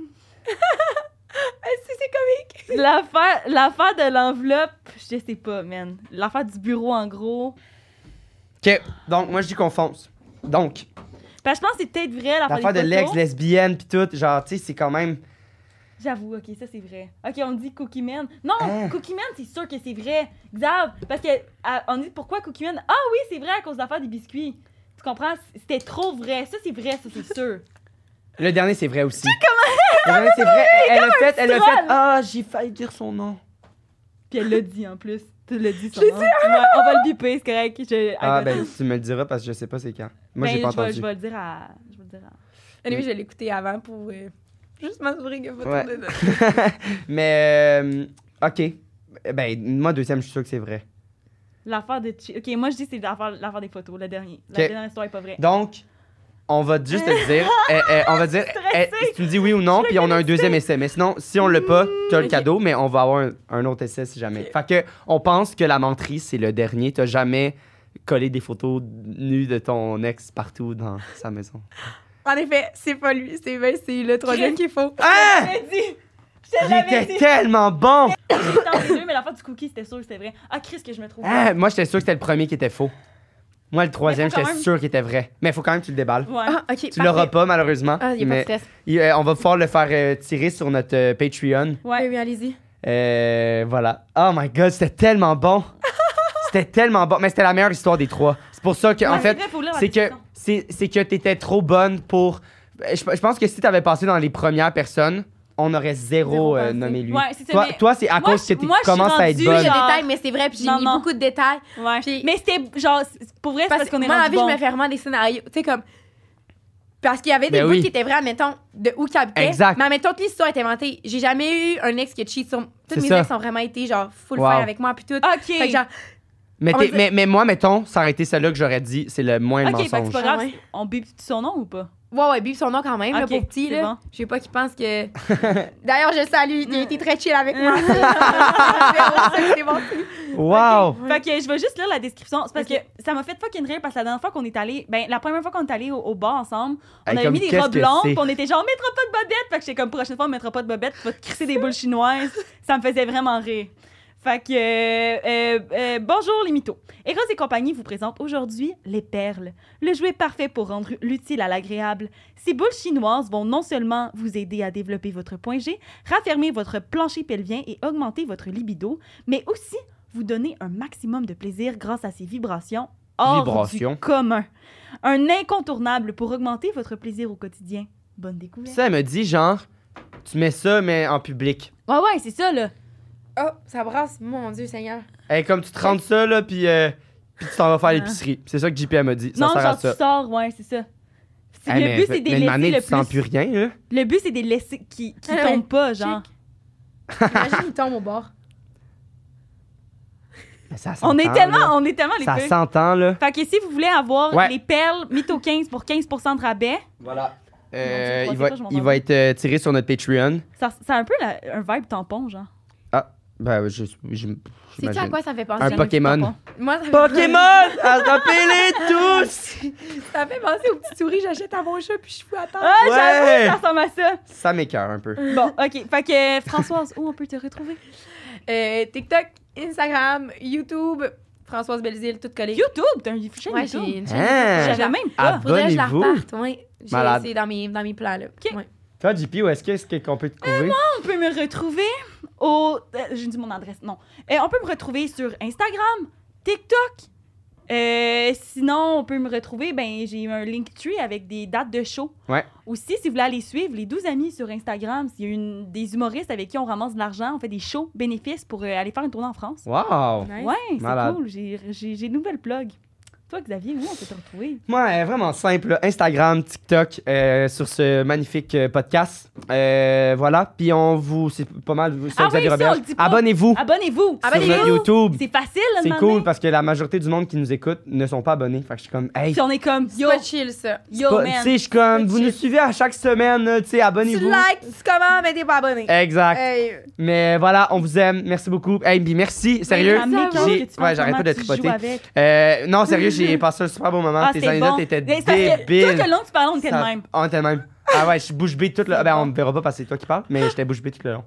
S4: Ah, Si c'est comique.
S3: L'affaire l'affaire de l'enveloppe, je sais pas, man. L'affaire du bureau, en gros.
S1: OK, donc, moi, je dis qu'on fonce. Donc,
S3: Parce que Ben, je pense que c'est peut-être vrai, l'affaire
S1: l'affaire de
S3: des
S1: l'ex
S3: photos.
S1: lesbienne puis tout, genre, tu sais, c'est quand même...
S3: J'avoue, ok, ça c'est vrai. Ok, on dit Cookie Man. Non,
S1: Hein?
S3: Cookie Man, c'est sûr que c'est vrai. Xav, parce que à- on dit pourquoi Cookie Man. Ah oui, c'est vrai à cause de l'affaire des biscuits. Tu comprends? C'était trop vrai. Ça c'est vrai, ça c'est sûr.
S1: Le dernier, c'est vrai aussi. Le dernier, c'est vrai. Elle, elle a fait, elle a fait...
S3: troll.
S1: Ah, j'ai failli dire son nom.
S3: Puis elle l'a dit en plus. Tu l'as dit, son nom. Ouais, on va le biper, c'est correct. Je,
S1: Ah, ben, tu me le diras parce que je sais pas c'est quand. Moi,
S3: Ben,
S1: j'ai pas
S3: je vais-
S1: entendu.
S3: Je vais le dire à. Je vais le dire à.
S4: Anyway, je l'ai écouté avant pour euh, juste m'assurer qu'il n'y a pas
S1: Ouais.
S4: trop de
S1: mais, euh, OK. Ben, moi, deuxième, je suis sûr que c'est vrai.
S3: L'affaire de. Chi- Ok, moi je dis que c'est l'affaire l'affaire des photos, le dernier. La
S1: Ok.
S3: dernière histoire est pas vraie.
S1: Donc, on va juste te le dire. Eh, eh, on va dire,
S3: Stressée.
S1: eh, si tu me dis oui ou non,
S3: Je
S1: puis on a un deuxième essai. Mais sinon, si on l'a pas, tu as le
S3: ok.
S1: cadeau, mais on va avoir un, un autre essai si jamais. Fait que, on pense que la menterie, c'est le dernier. Tu jamais collé des photos nues de ton ex partout dans sa maison.
S4: En effet, c'est pas lui, c'est ben, c'est le troisième qu'il faut.
S1: Hein?
S3: Je l'ai dit! Ah! Je
S1: Il
S3: l'avais
S1: était
S3: dit!
S1: tellement bon!
S3: J'étais entre les deux, mais l'affaire du cookie, c'était sûr que c'était vrai. Ah, Chris, que je me trouve.
S1: Hein? Moi, j'étais sûr que c'était le premier qui était faux. Moi, le troisième,
S3: Mais faut quand
S1: j'étais
S3: même-
S1: sûr qu'il était vrai. Mais il faut quand même que tu le déballes.
S3: Ouais.
S4: Ah, ok.
S1: Tu l'auras
S4: parfait.
S1: pas, malheureusement.
S4: Ah, il n'y a
S1: mais
S4: pas de stress.
S1: il- euh, on va pouvoir le faire euh, tirer sur notre euh, Patreon.
S3: Ouais.
S4: Oui, oui, allez-y.
S1: Euh, voilà. Oh my god, c'était tellement bon. c'était tellement bon. Mais c'était la meilleure histoire des trois. C'est pour ça que, en
S3: Ouais,
S1: fait,
S3: vrai, faut lire la
S1: c'est que,
S3: description.
S1: c'est, c'est que t'étais trop bonne pour. Je, je pense que si t'avais passé dans les premières personnes, on aurait
S4: Zéro
S1: zéro euh,
S4: passé.
S1: nommé lui.
S3: Ouais, c'est ça,
S1: toi,
S3: mais-
S1: toi, c'est à
S3: moi,
S1: cause que
S3: je-
S1: tu
S3: moi, je suis
S1: commences à être
S3: rendue,
S1: bonne.
S4: J'ai des
S3: genre-
S4: détails, mais c'est vrai, puis j'ai
S3: Non,
S4: mis
S3: non.
S4: beaucoup de détails.
S3: Ouais.
S4: Puis-
S3: Mais c'était genre, c'est- pour vrai, c'est parce, qu'on est
S4: moi,
S3: rendu
S4: la vie,
S3: bon.
S4: je me fais vraiment des scénarios. Tu sais, comme, Parce qu'il y avait des
S1: Ben
S4: bouts
S1: oui.
S4: qui étaient vrais, admettons, de où qu'ils habitaient.
S1: Exact.
S4: Mais admettons que l'histoire est inventée. J'ai jamais eu un ex qui a cheat sur.
S1: C'est
S4: Toutes mes
S1: ça.
S4: ex ont vraiment été genre full
S1: Wow.
S4: faire avec moi, puis tout.
S3: OK.
S4: Fait que genre,
S1: Mais,
S4: On
S1: t'es-
S4: va dire-
S1: mais, mais moi, mettons, ça aurait été celle-là que j'aurais dit, c'est le moins
S3: OK, fait que c'est
S1: mensonge.
S3: pas grave.
S4: Ah ouais.
S3: On bip son nom ou pas?
S4: ouais, ouais, bip son nom quand même, là,
S3: Ok,
S4: pour petit,
S3: c'est
S4: là.
S3: bon.
S4: Je sais pas qu'il pense que. D'ailleurs, je le salue, il a été très chill avec moi. C'est bon.
S1: Wow!
S3: Fait que je vais juste lire la description. C'est parce
S4: Ok.
S3: que ça m'a fait fucking rire parce que la dernière fois qu'on est allé, ben la première fois qu'on est allé au, au bar ensemble, on
S1: Hey,
S3: avait
S1: comme
S3: mis des
S1: qu'est-ce
S3: robes
S1: que
S3: longues,
S1: c'est?
S3: puis on était genre, on mettra pas de bobette. Fait que j'étais comme, prochaine fois, on mettra pas de bobette, tu vas te crisser des boules chinoises. Ça me faisait vraiment rire. Fait que, euh, euh, euh, bonjour les mythos. Eros et compagnie vous présente aujourd'hui les perles, le jouet parfait pour rendre l'utile à l'agréable. Ces boules chinoises vont non seulement vous aider à développer votre point G, raffermir votre plancher pelvien et augmenter votre libido, mais aussi vous donner un maximum de plaisir grâce à ces vibrations hors
S1: Vibrations.
S3: du commun. Un incontournable pour augmenter votre plaisir au quotidien. Bonne
S1: Puis
S3: découverte.
S1: ça, elle me dit, genre, tu mets ça, mais en public.
S3: Ouais, ouais, c'est ça, là.
S4: Oh, ça brasse, mon Dieu Seigneur.
S1: Hey, comme tu te rends ça, là, puis, euh, puis tu t'en vas faire
S3: Ouais.
S1: l'épicerie. C'est ça que JP elle m'a dit. Ça
S3: Ah. non,
S1: sert à
S3: genre,
S1: ça.
S3: tu sors, ouais, c'est ça. C'est-
S1: Hey,
S3: le,
S1: mais
S3: but,
S1: fait-
S3: c'est de
S1: mais une
S3: laisser
S1: manée,
S3: le
S1: tu sens plus
S3: plus...
S1: rien, là.
S3: le but, c'est de laisser qui, qui
S4: Ah ouais,
S3: tombent pas, genre.
S4: Imagine, il tombe au bord.
S1: Mais ça
S3: On est
S1: s'entend,
S3: tellement,
S1: là.
S3: on est tellement les
S1: Ça
S3: filles.
S1: s'entend, là.
S3: Fait que si vous voulez avoir
S1: Ouais.
S3: les perles Mytho 15 pour 15 de rabais,
S1: Voilà.
S3: Mon Dieu, je
S1: Euh, il
S3: pensais
S1: va,
S3: pas, je m'en
S1: il
S3: vais.
S1: va être euh, tiré sur notre Patreon.
S3: ça, ça a un peu la- un vibe tampon, genre.
S1: Ben, je, je,
S4: C'est tu à
S1: j'imagine.
S4: quoi ça me fait penser?
S1: Un Pokémon.
S3: Tampon.
S4: Moi, ça me-
S1: Pokémon! Attrapez-les tous!
S4: Ça me fait penser aux petites souris, j'achète à mon chat, puis je fous à terre.
S3: Ah,
S1: Ouais.
S3: j'avoue, ça ressemble à ça.
S1: Ça m'écœure un peu.
S3: Bon, OK. Fait que, euh, Françoise, où on peut te retrouver?
S4: Euh, TikTok, Instagram, YouTube, Françoise Belzile, tout collé.
S3: YouTube, t'as un chaîne
S4: Ouais,
S3: YouTube.
S4: j'ai une
S3: Je
S4: chaîne
S1: Hein?
S4: YouTube.
S3: savais même pas.
S4: Faudrait que je la
S1: Abonnez-vous.
S4: reparte, oui.
S1: Malade.
S4: C'est dans mes, dans mes plans, là. Ouais.
S1: Toi, JP, où est-ce que- est-ce que- qu'on peut te trouver?
S3: On peut me retrouver au... euh, J'ai dit mon adresse, non. Euh, on peut me retrouver sur Instagram, TikTok. Euh, sinon, on peut me retrouver, ben j'ai un Linktree avec des dates de show.
S1: Ouais.
S3: Aussi, si vous voulez aller suivre les 12 amis sur Instagram, il y a une, des humoristes avec qui on ramasse de l'argent, on fait des shows bénéfices pour euh, aller faire une tournée en France.
S1: Wow!
S4: Nice.
S3: Ouais, c'est
S1: Malade.
S3: cool. J'ai- J'ai j'ai une nouvelle plug. Toi, Xavier, où on peut te retrouver?
S1: Moi, euh, vraiment simple, là. Instagram, TikTok, euh, sur ce magnifique euh, podcast. Euh, voilà, puis on vous, c'est pas mal, vous- c'est
S3: Ah oui,
S1: Xavier
S3: ça, on
S1: Roberge.
S3: le dit pas.
S1: Abonnez-vous
S3: Abonnez-vous!
S1: sur notre
S3: Abonnez-vous!
S1: YouTube.
S3: C'est facile,
S1: C'est
S3: de
S1: cool
S3: demander.
S1: parce que la majorité du monde qui nous écoute ne sont pas abonnés. Fait que je suis comme, hey,
S3: Puis on est comme,
S4: C'est
S3: yo,
S4: pas chill, ça.
S3: yo,
S1: pas- tu
S3: man.
S1: sais, je suis comme, vous
S4: Chill.
S1: nous suivez à chaque semaine, là, tu sais,
S4: Tu
S1: abonnez-vous.
S4: likes, tu commentes, mais t'es pas abonné.
S1: Exact.
S3: Euh.
S4: Hey.
S1: Mais voilà, on vous aime. Merci beaucoup. Hey, puis merci, sérieux.
S3: Ramé,
S4: merci. j'ai-
S3: qu'est-ce que tu
S1: ouais,
S3: penses,
S1: j'arrête pas de
S3: comment tu
S1: tripoter.
S3: joues avec?
S1: Euh, non, sérieux, j'ai passé un super beau moment.
S3: Ah,
S1: Tes
S3: c'était
S1: anecdotes
S3: bon.
S1: étaient
S3: Mais c'est parce que
S1: débiles.
S3: Tout le long que tu parlais, on était de
S1: Ça-
S3: même.
S1: On était de même. Ah ouais, je suis bouche bée tout le Ben, on me verra pas parce que c'est toi qui parles, mais j'étais bouche bée tout le long.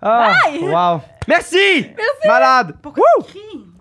S1: Ah,
S3: Bye!
S1: wow. Merci! Merci! Malade!
S3: Pourquoi tu cries?